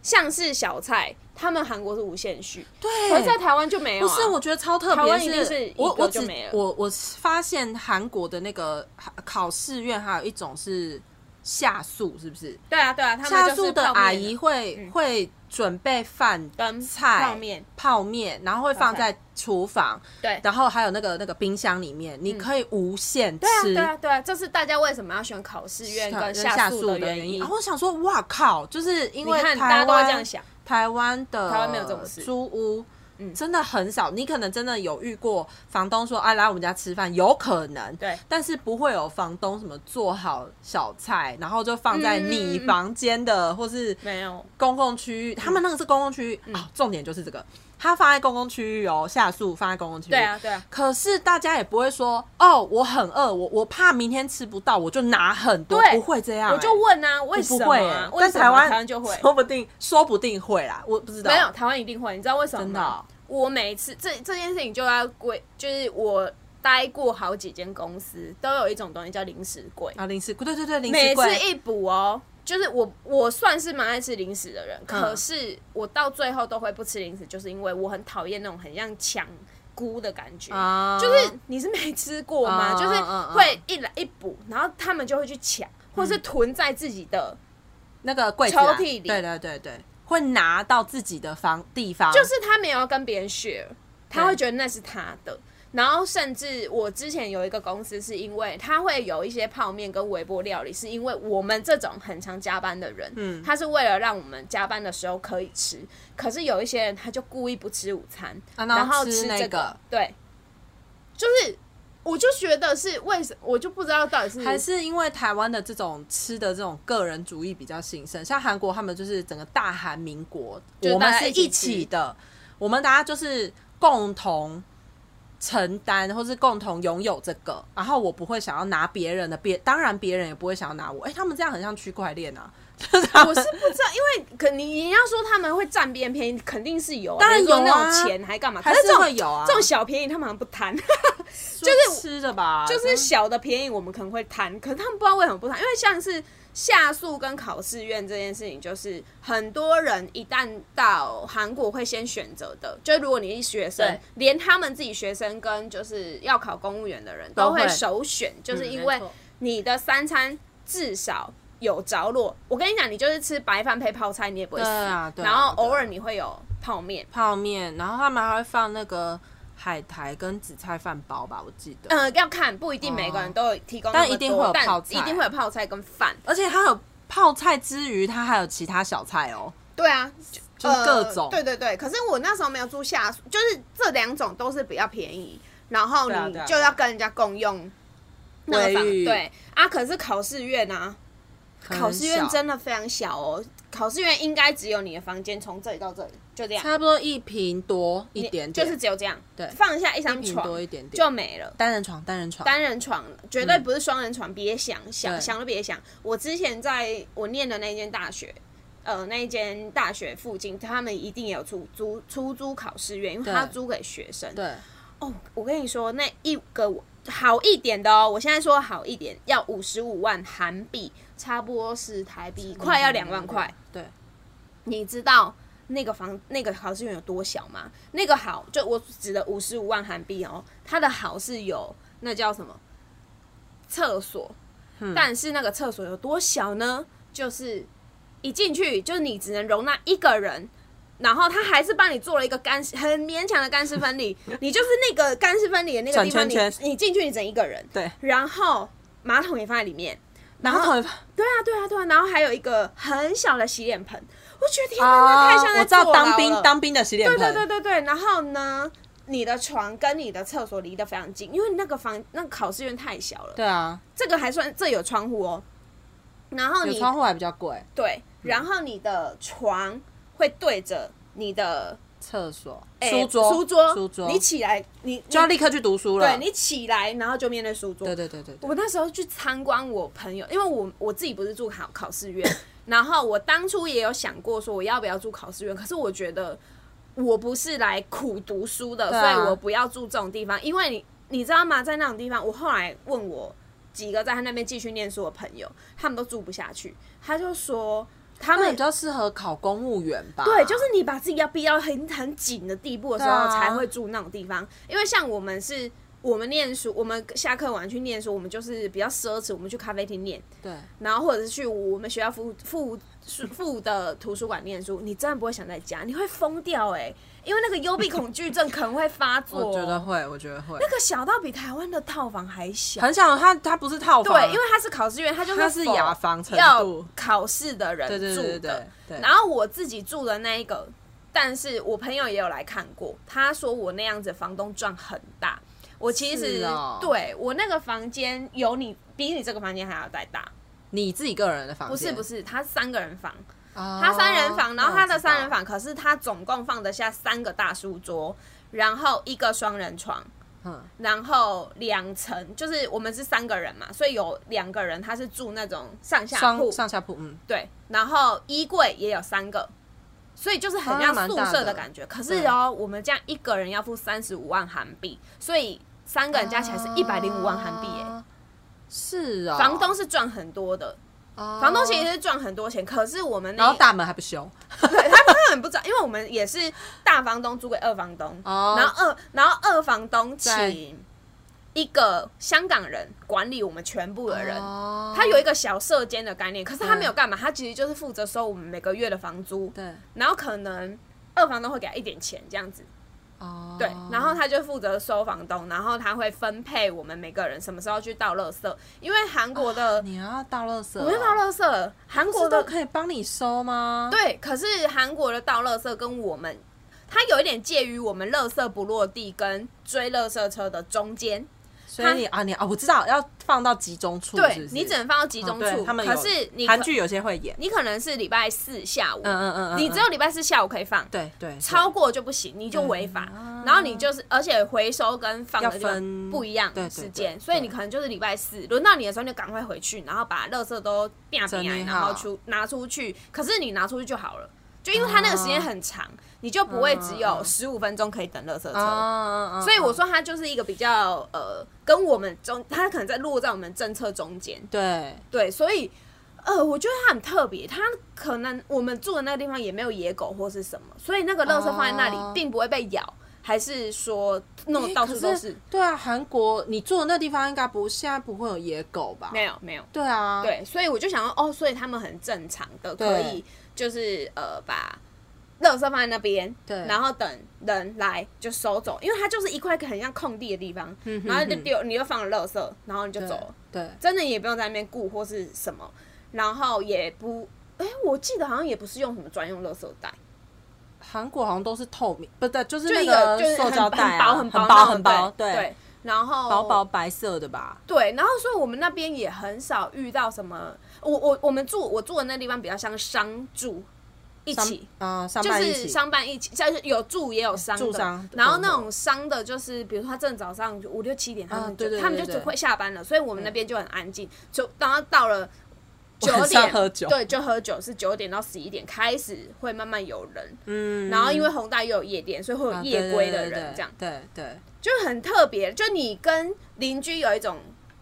S2: 像是小菜，他们韩国是无限续，可是在台湾就没有、
S1: 不
S2: 啊。
S1: 是，我觉得超特
S2: 台
S1: 别，
S2: 湾一定是一
S1: 我
S2: 个
S1: 我
S2: 就
S1: 只
S2: 没了
S1: 我我发现韩国的那个考试院还有一种是下宿，是不是？
S2: 对啊对啊，他们
S1: 下
S2: 就是
S1: 宿的
S2: 泡面
S1: 阿姨会、
S2: 嗯
S1: 会准备饭
S2: 跟
S1: 菜、
S2: 泡面，
S1: 泡面，然后会放
S2: 泡菜
S1: 在厨房，
S2: 对。
S1: 然后还有那个那个冰箱里面，你可以无限
S2: 对啊，
S1: 吃。呃
S2: 对啊，对啊，这是大家为什么要选考试院跟
S1: 下
S2: 宿的
S1: 的
S2: 原
S1: 因，然后我想说，哇靠！就是因
S2: 你
S1: 为
S2: 看，大
S1: 台
S2: 家都会
S1: 湾
S2: 这样想，
S1: 台湾的
S2: 台湾没有这种事
S1: 租屋，
S2: 嗯
S1: 真的很少。你可能真的有遇过房东说：“哎、啊，来我们家吃饭。”有可能，
S2: 对
S1: 但是不会有房东什么做好小菜，然后就放在
S2: 嗯嗯嗯
S1: 你
S2: 嗯
S1: 房间的、或是
S2: 没有，
S1: 公共
S2: 嗯
S1: 区域。他们那个是公共区域、啊，重点就是这个，他放在公共区域哦，下宿放在公共区域。
S2: 对啊，对啊，
S1: 可是大家也不会说哦，我很饿，我我怕明天吃不到，我就拿很多，
S2: 对
S1: 不会这样、
S2: 我就
S1: 欸
S2: 问啊，为什
S1: 不
S2: 么
S1: 会、
S2: 啊、
S1: 欸，
S2: 为
S1: 但
S2: 什么
S1: 台湾
S2: 台湾就会，
S1: 说不定说不定会啦，我不知道。
S2: 没有，台湾一定会，你知道为什么
S1: 真的
S2: 吗
S1: 哦？
S2: 我每次这这件事情就要归，就是我待过好几间公司，都有一种东西叫零食柜，
S1: 啊，零食柜，对对对，零食
S2: 每次
S1: 柜，
S2: 一补哦。就是我，我算是蛮爱吃零食的人，
S1: 嗯
S2: 可是我到最后都会不吃零食，就是因为我很讨厌那种很像抢菇的感觉。
S1: 啊
S2: 就是你是没吃过吗？
S1: 嗯
S2: 就是
S1: 嗯嗯
S2: 会一来一补，然后他们就会去抢，或
S1: 嗯
S2: 是囤在自己的
S1: 那个柜子啊
S2: 抽屉里
S1: 对对对对，会拿到自己的房地方，
S2: 就是他没有要跟别人 share，他
S1: 对
S2: 会觉得那是他的。然后甚至我之前有一个公司，是因为他会有一些泡面跟微波料理，是因为我们这种很常加班的人，嗯，他是为了让我们加班的时候可以吃。可是有一些人他就故意不吃午餐，
S1: 啊然后
S2: 然后
S1: 吃
S2: 吃
S1: 那
S2: 这
S1: 个
S2: 对，就是我就觉得是为什我就不知道到底是
S1: 还是因为台湾的这种吃的这种个人主义比较兴盛，像韩国他们就是整个大韩民国，
S2: 就是
S1: 我们
S2: 大家
S1: 是
S2: 一起
S1: 一起的，我们大家就是共同承担或是共同拥有这个，然后我不会想要拿别人的，别当然别人也不会想要拿我，哎、他们这样很像区块链啊，就是他
S2: 我
S1: 们
S2: 是不知道，因为可你你要说他们会占别人便宜，肯定是有啊，
S1: 当然
S2: 比如说
S1: 有啊
S2: 那种钱还干嘛？可
S1: 还
S2: 是这
S1: 是
S2: 种
S1: 会有啊，
S2: 这种小便宜他们好像不贪，
S1: 就是吃的吧，
S2: 就是小的便宜我们可能会贪，可是他们不知道为什么不贪，因为像是下宿跟考试院这件事情，就是很多人一旦到韩国会先选择的，就如果你是学生
S1: 对，
S2: 连他们自己学生跟就是要考公务员的人
S1: 都
S2: 都会
S1: 会嗯
S2: 首选，就是因
S1: 没
S2: 为
S1: 错
S2: 你的三餐至少。有着落，我跟你讲，你就是吃白饭配泡菜，你也不会死。
S1: 对啊对啊
S2: 然后
S1: 对啊
S2: 偶尔你会有泡面，
S1: 泡面，然后他们还会放那个海苔跟紫菜饭包吧，我记得，
S2: 呃，要看不一定每个人都有提供那么
S1: 哦但
S2: 多，
S1: 一定会有
S2: 但
S1: 泡菜
S2: 一定会有泡菜跟饭。
S1: 而且它有泡菜之余，它还有其他小菜哦。
S2: 对啊，
S1: 就是各种
S2: 呃对对对，可是我那时候没有住下宿，就是这两种都是比较便宜，然后
S1: 对啊
S2: 你
S1: 对啊
S2: 就要跟人家共用那个房。
S1: 卫浴
S2: 对啊，可是考试院啊，考试院真的非常小哦。考试院应该只有你的房间从这里到这里，就这样，
S1: 差不多一平多一
S2: 你
S1: 点点，
S2: 就是只有这样。
S1: 对
S2: 放下一张
S1: 一平
S2: 床
S1: 多一点点，
S2: 就没了。
S1: 单人床，单人床，
S2: 单人床绝对不是双人床，别、想想
S1: 对
S2: 想都别想。我之前在我念的那间大学，呃，那一间大学附近，他们一定也有出租出租考试院，因为
S1: 对
S2: 他租给学生。
S1: 对，
S2: 哦，我跟你说，那一个好一点的哦，我现在说好一点，要五十五万韩币，差不多是台币快要两万块。，
S1: 对，
S2: 你知道那个房那个考试院有多小吗？那个好，就我指的五十五万韩币哦，它的好是有那叫什么厕所，但是那个厕所有多小呢？就是一进去就是你只能容纳一个人。然后他还是帮你做了一个干湿很勉强的干湿分离，你就是那个干湿分离的那个地方，
S1: 转圈圈
S2: 你你进去你整一个人，
S1: 对，
S2: 然后马桶也放在里面，
S1: 然后头发
S2: 对啊，对啊，对啊，然后还有一个很小的洗脸盆，我觉得天哪，那
S1: 啊
S2: 太像在
S1: 我知道
S2: 坐牢
S1: 当
S2: 了
S1: 兵当兵的洗脸
S2: 对
S1: 盆，
S2: 对对对对，然后呢，你的床跟你的厕所离得非常近，因为那个房那个考试院太小了，
S1: 对啊，
S2: 这个还算这有窗户哦，然后
S1: 有
S2: 你
S1: 窗户还比较贵，
S2: 对，然后你的床会对着你的
S1: 厕所、
S2: 哎
S1: 书桌、
S2: 书桌、
S1: 书桌，
S2: 你起来，你
S1: 就要
S2: 你
S1: 立刻去读书了。
S2: 对你起来，然后就面对书桌。
S1: 对对对对对，
S2: 我那时候去参观我朋友，因为我我自己不是住考考试院，然后我当初也有想过说我要不要住考试院，可是我觉得我不是来苦读书的，
S1: 对啊
S2: 所以我不要住这种地方，因为你你知道吗，在那种地方，我后来问我几个在他那边继续念书的朋友，他们都住不下去，他就说他
S1: 他们
S2: 们
S1: 比较适合考公务员吧？
S2: 对，就是你把自己要逼到很很紧的地步的时
S1: 对
S2: 候，
S1: 啊
S2: 才会住那种地方。因为像我们是，我们念书，我们下课晚去念书，我们就是比较奢侈，我们去咖啡厅念，
S1: 对，
S2: 然后或者是去我们学校附附附附的图书馆念书，你真的不会想在家，你会疯掉哎、因为那个幽闭恐惧症可能会发作。
S1: 我觉得会，我觉得会。
S2: 哦那个小到比台湾的套房还小。
S1: 很想他，他不是套房，
S2: 对，因为他是考试院，他就是
S1: 他是
S2: 否
S1: 雅房程
S2: 要
S1: 度。
S2: 考试的人
S1: 对对
S2: 住
S1: 对
S2: 的。
S1: 对对对
S2: 然后我自己住的那一个，但是我朋友也有来看过，他说我那样子房东赚很大。我其实、
S1: 是哦
S2: 对我那个房间有你比你这个房间还要再大，
S1: 你自己个人的房
S2: 不是
S1: 间，
S2: 不
S1: 是，
S2: 是，他三个人房，
S1: 他
S2: 他三人
S1: 哦
S2: 房，然后他的三人，房可是他总共放得下三个大书桌，然后一个双人床，
S1: 嗯，
S2: 然后两层，就是我们是三个人嘛，所以有两个人他是住那种上下铺
S1: 双，上下铺，嗯，
S2: 对，然后衣柜也有三个，所以就是很像
S1: 啊蛮
S2: 宿
S1: 大
S2: 舍的
S1: 的
S2: 感觉。可是哦，我们这样一个人要付三十五万韩币，所以三个人加起来是一百零五万韩币耶。
S1: 啊是啊，
S2: 房东是赚很多的，
S1: 啊，
S2: 房东其实是赚很多钱，可是我们那
S1: 然后大门还不修，
S2: 对他他很不知道，因为我们也是大房东租给二房东，
S1: 哦
S2: 然后二然后二房东
S1: 在
S2: 请一个香港人管理我们全部的人，
S1: 哦
S2: 他有一个小社间的概念，可是他没有
S1: 对
S2: 干嘛，他其实就是负责收我们每个月的房租，
S1: 对
S2: 然后可能二房东会给他一点钱这样子，
S1: 哦，
S2: 对，然后他就负责收房东，然后他会分配我们每个人什么时候去倒垃圾，因为韩国的、
S1: 你要倒垃圾哦，
S2: 我们倒垃圾，韩国
S1: 是都
S2: 的
S1: 可以帮你收吗？
S2: 对，可是韩国的倒垃圾跟我们，它有一点介于我们垃圾不落地跟追垃圾车的中间，
S1: 所以你啊，你啊，我知道要放到集中处，
S2: 对
S1: 是不是
S2: 你只能放到集中
S1: 哦对
S2: 处，
S1: 他们有
S2: 可是你可
S1: 韩剧有些会演，
S2: 你可能是礼拜四下午，
S1: 嗯嗯嗯嗯，
S2: 你只
S1: 嗯
S2: 有礼拜四下午可以放，
S1: 对对对
S2: 超过就不行，你就违法。然后你就是，而且回收跟放的
S1: 嗯
S2: 地
S1: 啊要
S2: 方
S1: 分
S2: 不一样
S1: 对对
S2: 时
S1: 对
S2: 间，
S1: 对
S2: 所以你可能就是礼拜四轮到你的时候，你就赶快回去，然后把垃圾都变
S1: 整
S2: 变，
S1: 理
S2: 然后
S1: 好
S2: 出拿出去。可是你拿出去就好了，就因为它那个时间很长，你就不会只有
S1: 嗯
S2: 十五分钟可以等垃圾车。
S1: 嗯嗯嗯，
S2: 所以我说，它就是一个比较呃，跟我们中，它可能在落在我们政策中间。
S1: 对
S2: 对，所以呃，我觉得它很特别，它可能我们住的那个地方也没有野狗或是什么，所以那个垃圾放在那里
S1: 哦
S2: 并不会被咬，还是说弄得
S1: 诶
S2: 到处都
S1: 可
S2: 是？
S1: 对啊，韩国你住的那地方应该不现在不会有野狗吧？
S2: 没有没有，
S1: 对啊，
S2: 对，所以我就想说，哦，所以他们很正常的
S1: 对
S2: 可以就是呃把。垃圾放在那边，
S1: 对
S2: 然后等人来就收走，因为它就是一块很像空地的地方，然后就丢，你就放了垃圾，然后你
S1: 嗯
S2: 就
S1: 对
S2: 走了。
S1: 对，
S2: 真的也不用在那边顾或是什么，然后也不，哎、我记得好像也不是用什么专用垃圾袋，
S1: 韩国好像都是透明，不对，就是
S2: 就
S1: 那
S2: 一个就是
S1: 塑胶袋啊，哦很
S2: 很薄
S1: 薄
S2: 很
S1: 很薄，
S2: 对，
S1: 对，
S2: 然后
S1: 薄薄白色的吧？
S2: 对，然后所以我们那边也很少遇到什么，我我我们住我住的那地方比较像商住一
S1: 商
S2: 起。
S1: 啊，上
S2: 就
S1: 班一
S2: 是
S1: 起，
S2: 商办一起，就是有住也有商的，
S1: 住商
S2: 然后那
S1: 对
S2: 种商的，就是比如说他正早上五六七点，他们就、
S1: 啊对对对
S2: 他们就
S1: 对
S2: 只
S1: 对
S2: 会下班了，所以我们那边就很安静，就然后到了九
S1: 晚上
S2: 点
S1: 喝酒
S2: 对，就喝酒是九点到十一点开始会慢慢有人，
S1: 嗯，
S2: 然后因为宏大又有夜店，所以会有
S1: 啊
S2: 夜
S1: 对
S2: 归
S1: 对对
S2: 的人
S1: 对
S2: 这样。
S1: 对对，
S2: 就很特别，就你跟邻居有一种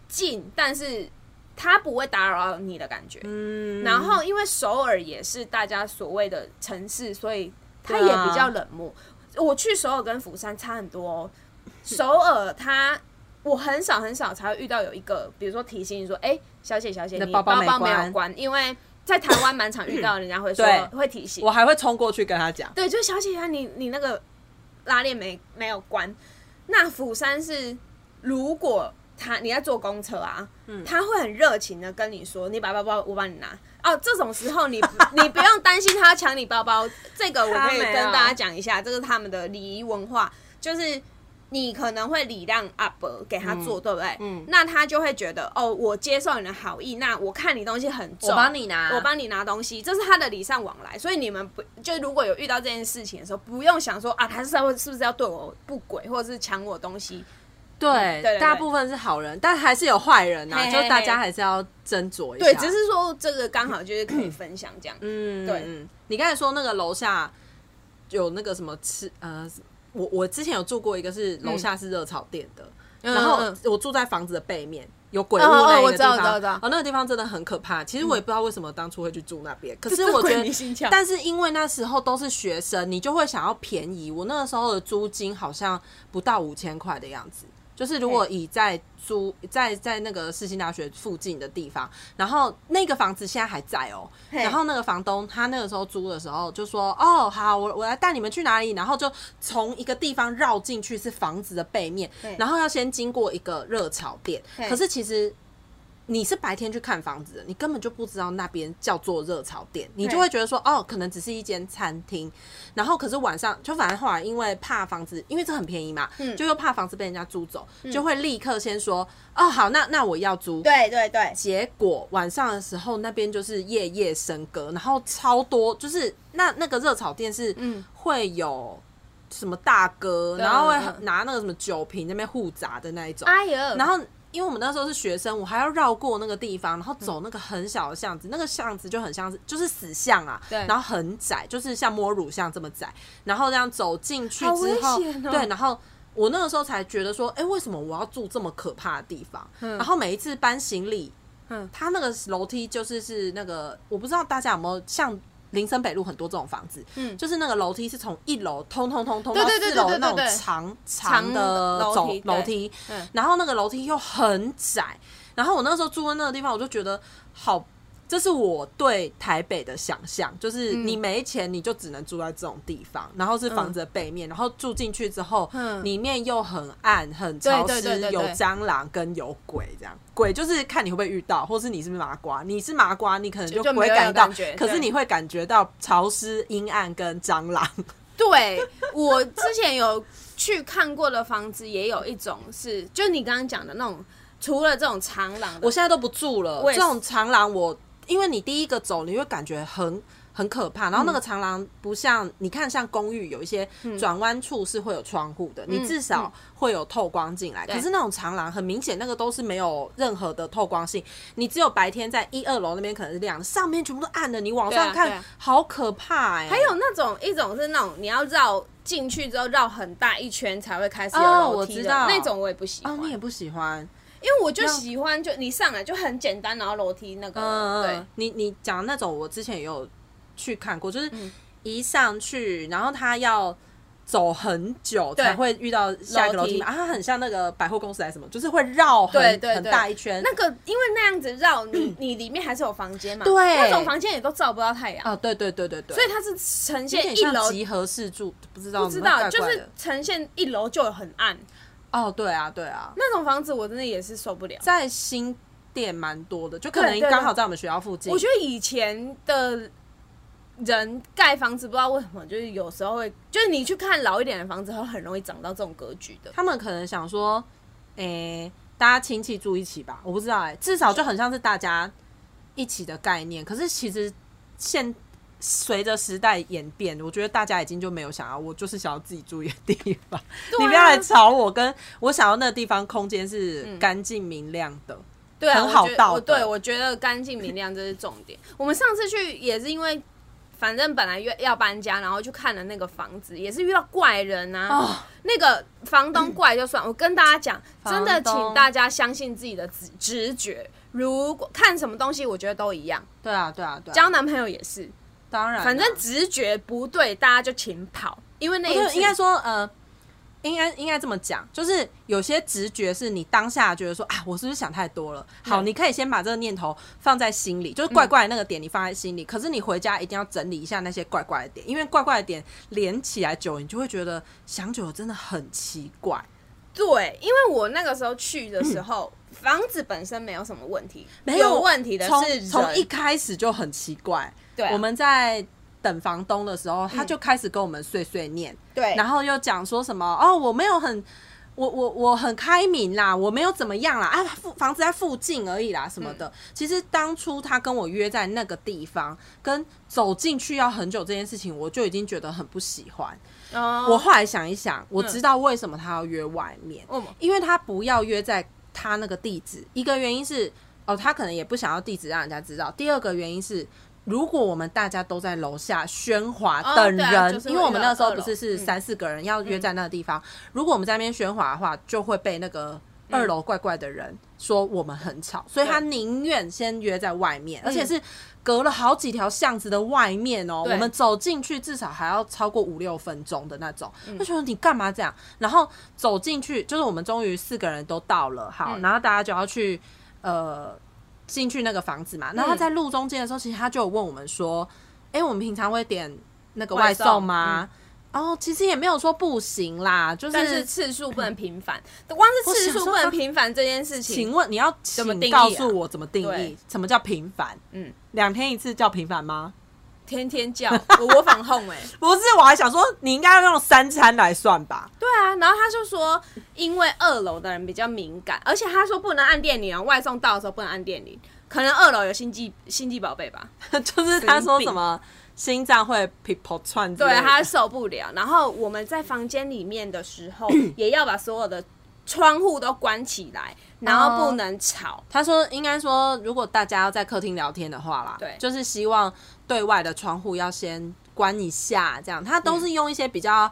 S2: 近，但是他不会打扰到你的感觉。
S1: 嗯，
S2: 然后因为首尔也是大家所谓的城市，所以它也
S1: 对啊
S2: 比较冷漠。我去首尔跟釜山差很多、哦，首尔它。我很少很少才会遇到有一个，比如说提醒你说，哎、小姐小姐，
S1: 你的
S2: 你包
S1: 包包没
S2: 包没有
S1: 关
S2: 关，因为在台湾蛮常遇到，人家会说
S1: 对
S2: 会提醒。
S1: 我还会冲过去跟他讲，
S2: 对，就是小姐姐，啊你你那个拉链没没有关。那釜山是，如果他你在坐公车啊，
S1: 嗯
S2: 他会很热情的跟你说，你把包包我帮你拿。哦，这种时候你你不用担心他要抢你包包，这个我可以
S1: 他没
S2: 跟
S1: 有
S2: 大家讲一下，这是他们的礼仪文化，就是你可能会礼让阿伯给他做，对不对？
S1: 嗯
S2: 那他就会觉得哦，我接受你的好意，那我看你东西很重，
S1: 我帮你拿
S2: 我帮你拿东西，这是他的礼尚往来。所以你们不就如果有遇到这件事情的时候，不用想说啊，他是会是不是要对我不轨，或者是抢我东西？
S1: 对，
S2: 对对
S1: 大部分是好人，但还是有坏人呐、
S2: 嘿嘿
S1: 就大家还是要斟酌一下。
S2: 对，只是说这个刚好就是可以分享这样。
S1: 嗯，
S2: 对
S1: 嗯，你刚才说那个楼下有那个什么吃呃，我我之前有住过一个是楼下是热炒店的，然
S2: 嗯嗯
S1: 后我住在房子的背面。有鬼屋
S2: 哦哦
S1: 那一
S2: 我
S1: 个
S2: 知
S1: 地方，
S2: 道我知道我知道
S1: 哦，那个地方真的很可怕。其实我也不知道为什么当初会去住那边，可是
S2: 这
S1: 我觉
S2: 鬼迷
S1: 得
S2: 心窍
S1: 但是因为那时候都是学生，你就会想要便宜。我那个时候的租金好像不到五千块的样子，就是如果以在租在在那个世新大学附近的地方，然后那个房子现在还在哦、
S2: 嘿
S1: 然后那个房东他那个时候租的时候就说：“哦，好，我我来带你们去哪里。”然后就从一个地方绕进去是房子的背面
S2: 对，
S1: 然后要先经过一个热炒店
S2: 对。
S1: 可是其实你是白天去看房子的，你根本就不知道那边叫做热炒店，你就会觉得说哦，可能只是一间餐厅。然后可是晚上就反正后来因为怕房子，因为这很便宜嘛，
S2: 嗯
S1: 就又怕房子被人家租走，就会立刻先说哦好，那那我要租。
S2: 对对对，
S1: 结果晚上的时候，那边就是夜夜笙歌，然后超多，就是那那个热炒店是
S2: 嗯
S1: 会有什么大哥，
S2: 对
S1: 然后会
S2: 嗯嗯
S1: 拿那个什么酒瓶在那边互砸的那一种，
S2: 哎呀，
S1: 然后因为我们那时候是学生，我还要绕过那个地方，然后走那个很小的巷子，那个巷子就很像是就是死巷啊，
S2: 对
S1: 然后很窄，就是像摸乳巷这么窄，然后这样走进去
S2: 好
S1: 之后，
S2: 危险哦
S1: 对，然后。我那个时候才觉得说，哎、为什么我要住这么可怕的地方？
S2: 嗯
S1: 然后每一次搬行李，
S2: 嗯
S1: 它那个楼梯就是是那个，我不知道大家有没有像林森北路很多这种房子，
S2: 嗯
S1: 就是那个楼梯是从一楼通通通通
S2: 对
S1: 到
S2: 对对
S1: 四楼
S2: 对对
S1: 那
S2: 对
S1: 种
S2: 对
S1: 长
S2: 长
S1: 长的
S2: 楼
S1: 走
S2: 梯对
S1: 楼梯
S2: 嗯，
S1: 然后那个楼梯又很窄，然后我那时候住在那个地方，我就觉得好。这是我对台北的想象，就是
S2: 嗯
S1: 你没钱，你就只能住在这种地方，然后是房子的背面，然后住进去之后，
S2: 嗯
S1: 里面又很暗、很
S2: 对
S1: 潮
S2: 对对
S1: 湿
S2: 对，
S1: 有
S2: 对
S1: 蟑螂跟有鬼这样。鬼就是看你会不会遇到，或是你是不是麻瓜。你是麻瓜，你可能
S2: 就
S1: 就
S2: 就
S1: 不会
S2: 没有
S1: 感到，
S2: 感觉
S1: 可是
S2: 对
S1: 你会感觉到潮湿、阴暗跟蟑螂。
S2: 对我之前有去看过的房子，也有一种是，就你刚刚讲的那种，除了这种长廊的，
S1: 我现在都不住了，
S2: 我也
S1: 这
S2: 是
S1: 种长廊我，因为你第一个走，你会感觉很。很可怕，然后那个长廊不像、你看，像公寓有一些转弯处是会有窗户
S2: 嗯
S1: 的，你至少会有透光进来。
S2: 对
S1: 可是那种长廊很明显，那个都是没有任何的透光性，你只有白天在一二楼那边可能是亮的，上面全部都暗的，你往
S2: 对
S1: 上
S2: 啊
S1: 看、
S2: 对啊
S1: 好可怕哎、
S2: 还有那种一种是那种你要绕进去之后绕很大一圈才会开始有
S1: 哦
S2: 楼
S1: 我
S2: 梯
S1: 知
S2: 的、
S1: 道
S2: 那种，我也不喜欢，
S1: 哦，你也不喜欢，
S2: 因为我就喜欢就你上来就很简单，然后楼梯那个、
S1: 嗯，
S2: 对
S1: 嗯，你你讲的那种，我之前也有去看过，就是
S2: 嗯
S1: 一上去，然后他要走很久
S2: 对
S1: 才会遇到下一个楼
S2: 楼
S1: 梯
S2: 梯
S1: 嘛，啊，它很像那个百货公司还是什么，就是会绕很
S2: 对对
S1: 很
S2: 对
S1: 大一圈。
S2: 那个因为那样子绕你 你里面还是有房间嘛，
S1: 对
S2: 那种房间也都照不到太阳，
S1: 啊，对对对对对，
S2: 所以它是呈
S1: 有
S2: 现
S1: 点
S2: 一
S1: 像
S2: 楼。
S1: 集合式住，不知道
S2: 不
S1: 不
S2: 知道，就是呈现一楼就很暗，
S1: 哦，对啊对啊，
S2: 那种房子我真的也是受不了。
S1: 在新店蛮多的，就可
S2: 对
S1: 能
S2: 对
S1: 刚
S2: 对
S1: 好在我们学校附近
S2: 我。觉得以前的人盖房子，不知道为什么，就是有时候会，就是你去看老一点的房子，会很容易长到这种格局的。
S1: 他们可能想说，诶、大家亲戚住一起吧，我不知道哎、至少就很像是大家一起的概念。可是其实现随着时代演变，我觉得大家已经就没有想要，我就是想要自己住一个地方，
S2: 啊
S1: 你不要来吵我，跟我想要那个地方空间
S2: 嗯
S1: 是干净明亮的。
S2: 对啊，
S1: 很好
S2: 我觉得
S1: 到
S2: 我
S1: 的
S2: 对，我觉得干净明亮这是重点。我们上次去也是因为。反正本来要要搬家，然后去看了那个房子，也是遇到怪人啊。
S1: 哦
S2: 那个房东怪就算，我跟大家讲，真的，
S1: 房东
S2: 请大家相信自己的直直觉。如果看什么东西，我觉得都一样。
S1: 对啊，对啊，对啊，
S2: 交男朋友也是，
S1: 当然啊，
S2: 反正直觉不对，大家就请跑，因为那
S1: 我
S2: 一
S1: 觉
S2: 次
S1: 得应该说，呃，应该应该这么讲，就是有些直觉是你当下觉得说啊，我是不是想太多了？好，
S2: 嗯
S1: 你可以先把这个念头放在心里，就是怪怪的那个点你放在心里，可是你回家一定要整理一下那些怪怪的点，因为怪怪的点连起来久，你就会觉得想久了真的很奇怪。
S2: 对，因为我那个时候去的时候，房子本身没有什么问题，
S1: 嗯没
S2: 有
S1: 有
S2: 问题的
S1: 从
S2: 是
S1: 从
S2: 人
S1: 一开始就很奇怪，
S2: 对啊嗯
S1: 我们在。等房东的时候，他就开始跟我们碎碎念，
S2: 对，
S1: 然后又讲说什么哦，我没有很，我我我很开明啦，我没有怎么样啦，啊，附房子在附近而已啦，什么的。其实当初他跟我约在那个地方，跟走进去要很久这件事情，我就已经觉得很不喜欢。
S2: 哦
S1: 我后来想一想，我知道为什么他要约外面，
S2: 嗯
S1: 因为他不要约在他那个地址，一个原因是哦，他可能也不想要地址让人家知道；第二个原因是，如果我们大家都在楼下喧哗
S2: 哦
S1: 等
S2: 对啊
S1: 人，
S2: 就是
S1: 因为我们那时候
S2: 一楼
S1: 不是
S2: 二
S1: 是
S2: 楼嗯
S1: 三四个人要约在那个地方，如果我们在那边喧哗的话，就会被那个。二楼怪怪的人说我们很吵，所以他宁愿先约在外面，
S2: 嗯
S1: 而且是隔了好几条巷子的外面哦、
S2: 对
S1: 我们走进去至少还要超过五六分钟的那种。
S2: 嗯
S1: 我觉得你干嘛这样？然后走进去，就是我们终于四个人都到了，好，
S2: 嗯
S1: 然后大家就要去呃进去那个房子
S2: 嗯
S1: 嘛。然后在路中间的时候，其实他就有问我们说：“哎、我们平常会点那个外
S2: 外送
S1: 送吗？”哦，其实也没有说不行啦，就
S2: 嗯但是次数不能频繁，光是次数不能频繁这件事情
S1: 请，问你要
S2: 么
S1: 请
S2: 定义啊
S1: 告诉我怎么定义
S2: 对
S1: 什么叫频繁？
S2: 嗯，
S1: 两天一次叫频繁吗？
S2: 天天叫我我仿控哎、
S1: 不是，我还想说你应该要用三餐来算吧。
S2: 对啊，然后他就说，因为二楼的人比较敏感，而且他说不能按电铃哦，外送到的时候不能按电铃，可能二楼有星际星际宝贝吧，
S1: 就是他说什么心脏会 people 串之类
S2: 对
S1: 的，
S2: 他受不了。然后我们在房间里面的时 候，也要把所有的窗户都关起来，然后不能吵。
S1: 他说应该说，如果大家要在客厅聊天的话啦，
S2: 对
S1: 就是希望对外的窗户要先关一下，这样他都是用一些比较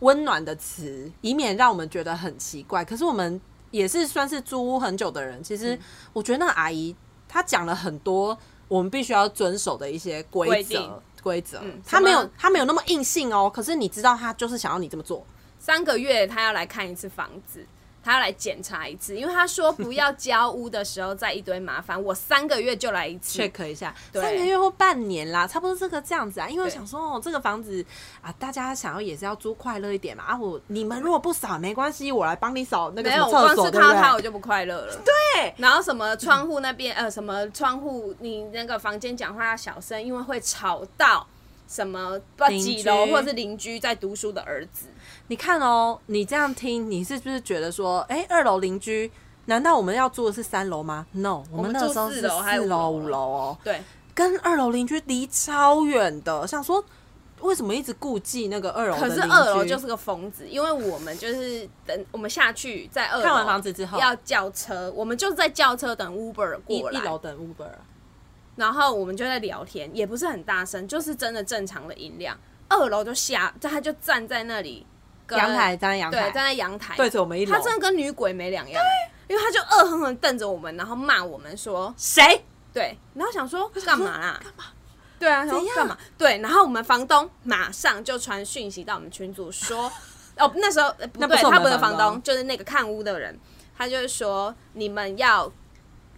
S1: 温暖的词，以免让我们觉得很奇怪。可是我们也是算是租屋很久的人，其
S2: 嗯
S1: 实我觉得那个阿姨她讲了很多我们必须要遵守的一些规
S2: 规定
S1: 则。规则
S2: 嗯，
S1: 她没
S2: 什
S1: 有
S2: 么
S1: 她没有那么硬性哦，可是你知道她就是想要你这么做，
S2: 三个月他要来看一次房子，他要来检查一次，因为他说不要交屋的时候再一堆麻烦，我三个月就来一次。
S1: check 一下，
S2: 对
S1: 三个月或半年啦，差不多这个这样子啊。因为我
S2: 对
S1: 想说，哦，这个房子啊，大家想要也是要租快乐一点嘛。啊，我你们如果不扫没关系，我来帮你扫那个
S2: 没
S1: 什
S2: 有，
S1: 么
S2: 我
S1: 厕
S2: 光
S1: 所，
S2: 是
S1: 对
S2: 看到
S1: 不
S2: 他
S1: 对？
S2: 我就不快乐了。对，然后什么窗户那边，呃，什么窗户，你那个房间讲话要小声，因为会吵到什么不知道
S1: 邻
S2: 几
S1: 居
S2: 楼或者是邻居在读书的儿子。
S1: 你看哦，你这样听，你是不是觉得说，哎、二楼邻居？难道我们要住的是三楼吗？No，我们
S2: 们
S1: 那个
S2: 住
S1: 时候
S2: 四
S1: 是
S2: 楼还有
S1: 四
S2: 五
S1: 楼、
S2: 楼啊
S1: 五
S2: 了
S1: 楼哦，
S2: 对，
S1: 跟二楼邻居离超远的。想说，为什么一直顾忌那个二楼的哦
S2: 可
S1: 邻居？
S2: 是二楼就是个疯子，因为我们就是等我们下去在二楼
S1: 看完房子之后
S2: 要叫车，我们就在叫车等 Uber
S1: 一
S2: 过
S1: 一楼
S2: 来，
S1: 等 Uber，
S2: 然后我们就在聊天，也不是很大声，就是真的正常的音量。二楼就下，他就站在那里跟
S1: 阳台站在阳
S2: 对，站
S1: 台，
S2: 在阳台
S1: 对着我们一楼
S2: 他，真的跟女鬼没两样，因为他就恶狠狠瞪着我们，然后骂我们说
S1: 谁？
S2: 对，然后想说干嘛啦？干嘛？对啊，然后
S1: 怎样
S2: 干嘛？对，然后我们房东马上就传讯息到我们群 组说，哦，那时候呃不
S1: 那不
S2: 对，
S1: 是我们
S2: 他不
S1: 的
S2: 是
S1: 房
S2: 房
S1: 东
S2: 东，就是那个看屋的人，他就是说你们要，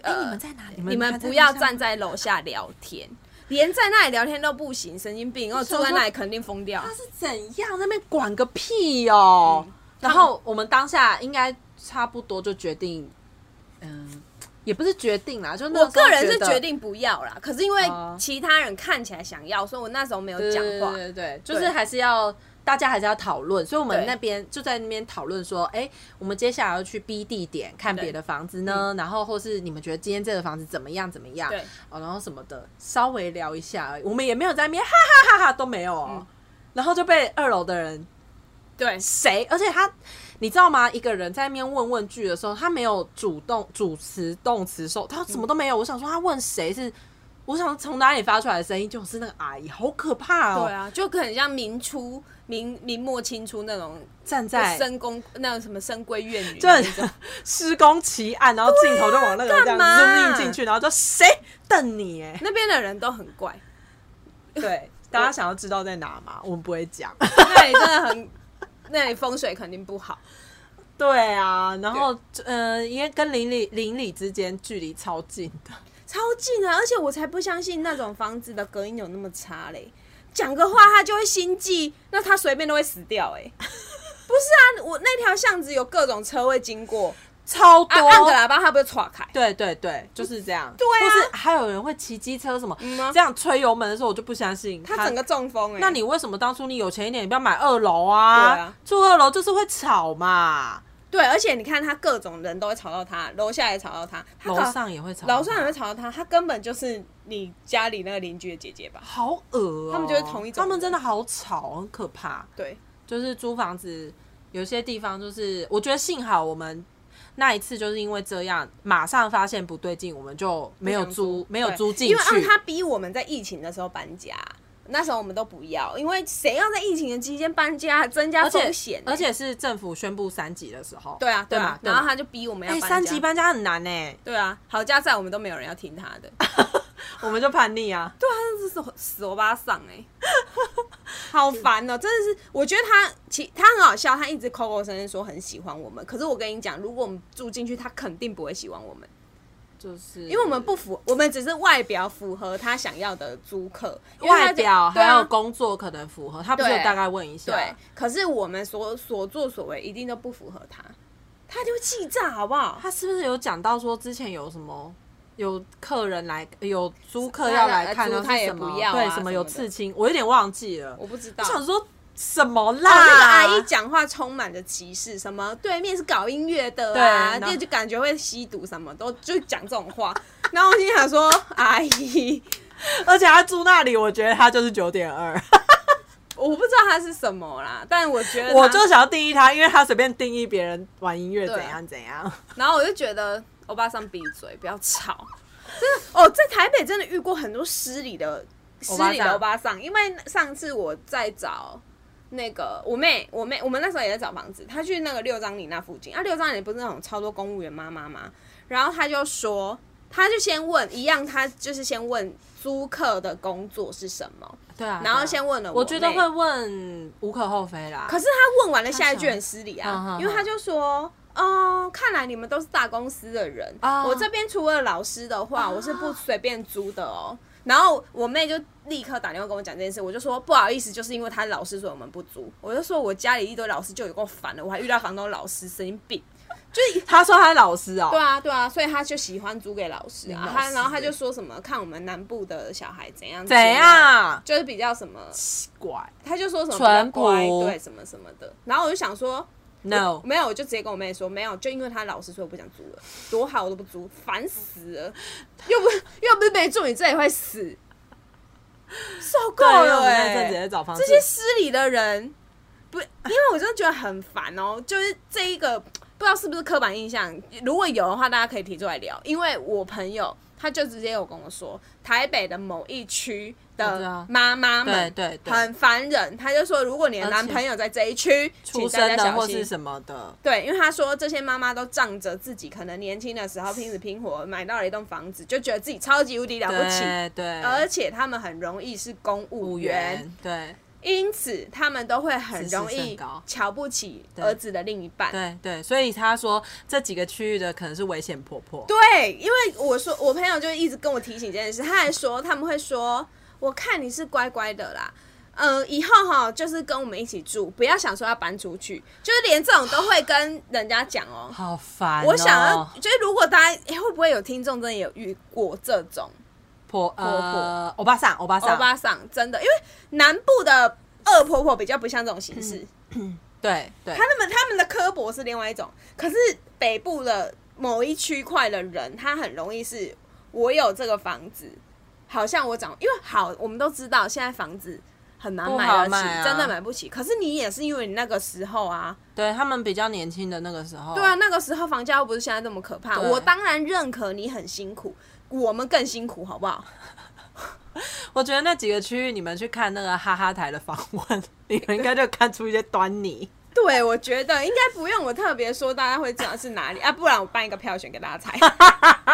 S1: 哎、
S2: 呃
S1: 你们在哪里？
S2: 你们
S1: 还在
S2: 不要
S1: 楼下吗
S2: 站在楼下聊天，连在那里聊天都不行，神经病！哦，
S1: 想
S2: 坐在
S1: 说
S2: 那里肯定疯掉
S1: 他。是怎样？那边管个屁哦、
S2: 嗯
S1: 然后我们当下应该差不多就决定，嗯、也不是决定啦，就那
S2: 我
S1: 时候
S2: 个人是
S1: 得
S2: 决定不要啦，可是因为
S1: 哦
S2: 其他人看起来想要，所以我那时候没有
S1: 对
S2: 讲话。
S1: 对对对，就是还是要。大家还是要讨论，所以我们
S2: 对
S1: 那边就在那边讨论说，哎、我们接下来要去 B 地点看别的房子呢，然后或是你们觉得今天这个房子怎么样怎么样，
S2: 嗯对，
S1: 哦，然后什么的，稍微聊一下而已，我们也没有在那边哈哈哈哈都没有哦、
S2: 嗯
S1: 然后就被二楼的人
S2: 对，
S1: 谁？而且他，你知道吗？一个人在那边问问句的时候，他没有主动主词、动词、受，他什么都没有。我想说，他问谁是？我想从哪里发出来的声音，就是那个阿姨，好可怕哦！
S2: 对啊，就很像明初明明末清初那种
S1: 站在
S2: 深宫那种什么深闺怨女，
S1: 就很像施工奇案，然后镜头就往那个这样
S2: 干嘛
S1: 子就进去，然后就谁瞪你？哎，
S2: 那边的人都很怪，
S1: 对，大家想要知道在哪吗？我们不会讲。
S2: 那里真的很， 那里风水肯定不好。
S1: 对啊，然后嗯，因为跟邻里邻里之间距离超近的，
S2: 超近啊！而且我才不相信那种房子的隔音有那么差嘞。讲个话他就会心悸，那他随便都会死掉哎、不是啊，我那条巷子有各种车位经过，
S1: 超多
S2: 啊，按个喇叭他不会岔开。
S1: 对对对，就是这样。对
S2: 啊
S1: 或是还有人会骑机车什么，
S2: 嗯啊
S1: 这样吹油门的时候，我就不相信
S2: 他整个。中风哎、
S1: 那你为什么当初你有钱一点，你不要买二楼啊？
S2: 对啊
S1: 住二楼就是会吵嘛。
S2: 对，而且你看他各种人都会吵到他，楼下也吵到他，他
S1: 楼
S2: 搞
S1: 上也会吵，
S2: 楼上也会吵到他，他根本就是你家里那个邻居的姐姐吧？
S1: 好恶哦、
S2: 他们就是同一种
S1: 他们真的好吵，很可怕。
S2: 对，
S1: 就是租房子有些地方，就是我觉得幸好我们那一次就是因为这样，马上发现不对劲，我们就没有
S2: 不想租
S1: 租，没有
S2: 对
S1: 租进
S2: 因为
S1: 去
S2: 啊，。他逼我们在疫情的时候搬家，那时候我们都不要，因为谁要在疫情的期间搬家，增加
S1: 而且
S2: 风险欸、
S1: 而且是政府宣布三级的时候，
S2: 对啊，
S1: 对
S2: 啊
S1: 嘛，，
S2: 然后
S1: 对嘛
S2: 他就逼我们要
S1: 哎、
S2: 搬家，
S1: 三级搬家很难呢、欸
S2: 对啊，好家在我们都没有人要听他的，
S1: 我们就叛逆啊，
S2: 对啊，他真的是死欧巴桑哎、好烦哦、真的是，我觉得他其他很好笑，他一直口口声声说很喜欢我们，可是我跟你讲，如果我们住进去，他肯定不会喜欢我们，
S1: 就是
S2: 因为我们不符，我们只是外表符合他想要的租客，因为他
S1: 外
S2: 就
S1: 表
S2: 对
S1: 还
S2: 啊
S1: 有工作可能符合，他不是有
S2: 对
S1: 大概问一下，
S2: 对，可是我们所所作所为一定都不符合他，他就会气炸，好不好？
S1: 他是不是有讲到说之前有什么有客人来有租客要来看，然
S2: 他来租
S1: 后
S2: 他
S1: 是
S2: 也
S1: 什么
S2: 不要啊
S1: 对
S2: 什么
S1: 么
S2: 的
S1: 有刺青，我有点忘记了。
S2: 我不知道
S1: 我，想说什么
S2: 哦，那个
S1: 啦？
S2: 阿姨讲话充满着歧视，什么对面是搞音乐的
S1: 对
S2: 啊，
S1: 然
S2: 那
S1: 后
S2: 就感觉会吸毒什么，都就讲这种 话。然后我心想说，阿姨，
S1: 而且他住那里，我觉得他就是九点二，
S2: 我不知道他是什么啦，但我觉 得
S1: 我
S2: 他
S1: 就想要定义他，因为他随便定义别人玩音乐
S2: 对啊
S1: 怎样怎样。
S2: 然后我就觉得欧巴桑闭嘴，不要吵。真的哦，在台北真的遇过很多失礼的失
S1: 欧巴桑
S2: 礼的欧巴桑，因为上次我在找那个我妹，我妹我们那时候也在找房子，她去那个六张里那附近啊，六张里不是那种超多公务员妈妈吗？然后她就说，她就先问一样，她就是先问租客的工作是什么，
S1: 对啊
S2: 然后先问了我
S1: 我觉得
S2: 妹
S1: 会问无可厚非啦。
S2: 可是他问完了下一句很失礼
S1: 他想
S2: 啊
S1: 嗯，嗯
S2: 因为他就说。哦，看来你们都是大公司的人。
S1: 啊
S2: 我这边除了老师的话，我是不随便租的哦。然后我妹就立刻打电话跟我讲这件事，我就说不好意思，就是因为她是老师，所以我们不租。我就说我家里一堆老师就有够烦了，我还遇到房东老师，神经病。
S1: 他说他是老师哦、
S2: 对啊，对啊，所以他就喜欢租给老师啊。
S1: 林老
S2: 他然后
S1: 师
S2: 他
S1: 欸
S2: 就说什么看我们南部的小孩怎样
S1: 怎
S2: 之类的，
S1: 样？
S2: 就是比较什么，
S1: 奇怪
S2: 他就说什么比较
S1: 淳朴
S2: 乖，对什么什么的。然后我就想说，
S1: ，no，
S2: 没有，我就直接跟我妹说，没有，就因为她老师说我不想租了，多好我都不租，烦死了，又不又不是没住，你这里会死，受够
S1: 对，因为
S2: 了
S1: 我们那
S2: 哎、
S1: 阵子也在找房子
S2: 这，些失礼的人，不，因为我真的觉得很烦哦、就是这一个不知道是不是刻板印象，如果有的话，大家可以提出来聊，因为我朋友他就直接有跟我说，台北的某一区
S1: 我知道
S2: 的妈妈
S1: 对
S2: 们。
S1: 对对，
S2: 很烦人，他就说，如果你的
S1: 而且
S2: 男朋友在这一区，
S1: 出
S2: 请大
S1: 生
S2: 家
S1: 的
S2: 小
S1: 或
S2: 心
S1: 是。什么的，
S2: 对，因为他说这些妈妈都仗着自己可能年轻的时候拼死拼活买到了一栋房子，就觉得自己超级无敌了不起，
S1: 对对，
S2: 而且他们很容易是公务
S1: 五
S2: 员，
S1: 元，对
S2: 因此他们都会很容
S1: 自视
S2: 易
S1: 甚高
S2: 瞧不起
S1: 对
S2: 儿子的另一半。
S1: 对对，所以他说这几个区域的可能是危险婆婆，
S2: 对，因为我说我朋友就一直跟我提醒这件事，他还说他们会说，我看你是乖乖的啦。呃，以后哈，就是跟我们一起住，不要想说要搬出去，就是连这种都会跟人家讲哦、
S1: 好烦哦。
S2: 我想要，就是如果大家、诶会不会有听众真的有遇过这种
S1: 婆
S2: 婆
S1: 呃，欧巴桑，欧巴
S2: 欧
S1: 桑，
S2: 巴桑？真的，因为南部的恶婆婆比较不像这种形
S1: 嗯
S2: 式，
S1: 对对
S2: 他们他们的刻薄是另外一种，可是北部的某一区块的人，他很容易是我有这个房子，好像我长，因为好，我们都知道现在房子。很难
S1: 不
S2: 买
S1: 好
S2: 得起，
S1: 买啊
S2: 真的买不起。可是你也是因为你那个时候啊，
S1: 对，他们比较年轻的那个时候，
S2: 对啊，，那个时候房价又不是现在这么可怕。
S1: 哦对啊
S2: 我当然认可你很辛苦，我们更辛苦，好不好？
S1: 我觉得那几个区域你们去看那个哈哈台的访问， 你们应该就看出一些端倪。
S2: 对，我觉得应该不用我特别说，大家会知道是哪里啊，不然我办一个票选给大家猜，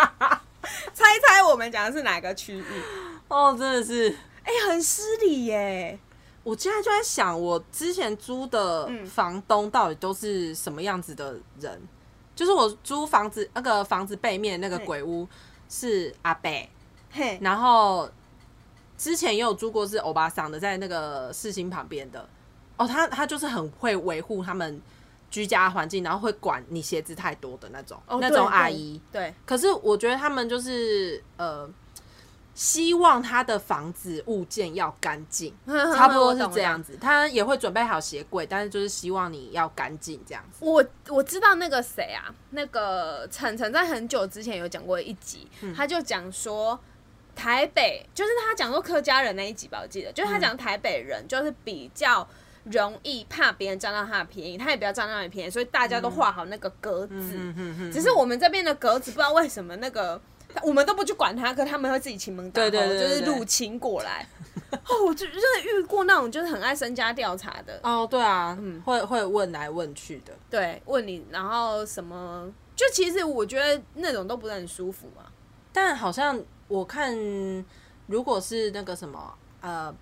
S2: 猜猜我们讲的是哪个区域？
S1: 哦，真的是，
S2: 哎、很失礼耶！
S1: 我现在就在想，我之前租的
S2: 嗯
S1: 房东到底都是什么样子的人？就是我租房子那个房子背面那个
S2: 嗯
S1: 鬼屋是阿贝，
S2: 嘿，
S1: 然后之前也有租过是欧巴桑的，在那个世新旁边的。哦，他他就是很会维护他们居家环境，然后会管你鞋子太多的那种、
S2: 哦
S1: 那
S2: 对
S1: 种
S2: 对
S1: 阿姨。
S2: 对，
S1: 可是我觉得他们就是呃，希望他的房子物件要干 净，差不多是这样子。他也会准备好鞋柜，但是就是希望你要干净这样子。
S2: 我我知道那个谁啊，那个晨晨在很久之前有讲过一集，
S1: 嗯
S2: 他就讲说台北，就是他讲说客家人那一集吧，我记得，就
S1: 嗯
S2: 是他讲台北人就是比较容易怕别人占到他的便宜，他也不要占到你便宜，所以大家都画好那个格子。
S1: 嗯嗯嗯，
S2: 只是我们这边的格子不知道为什么那个。我们都不去管他，可他们会自己亲门打
S1: 对对
S2: 吼
S1: 对
S2: 就
S1: 对
S2: 是
S1: 对
S2: 入侵过来。 哦，我就真的遇过那种就是很爱身家调查的，
S1: 哦，对啊，嗯，会会问来问去的。
S2: 对，问你，然后什么？就其实我觉得那种都不是很舒服嘛。
S1: 但好像我看，如果是那个什么呃，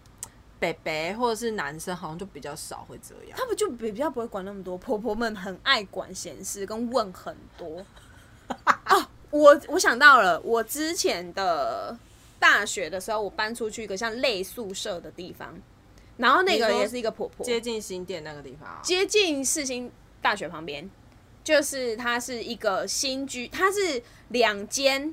S1: 北北或者是男生，好像就比较少会这样。
S2: 他们就比较不会管那么多，婆婆们很爱管闲事跟问很多。啊，我我想到了，我之前的大学的时候，我搬出去一个像类宿舍的地方，然后那个
S1: 你说
S2: 也是一个婆婆，
S1: 接近新店那个地方啊、
S2: 接近世新大学旁边，就是它是一个新居，它是两间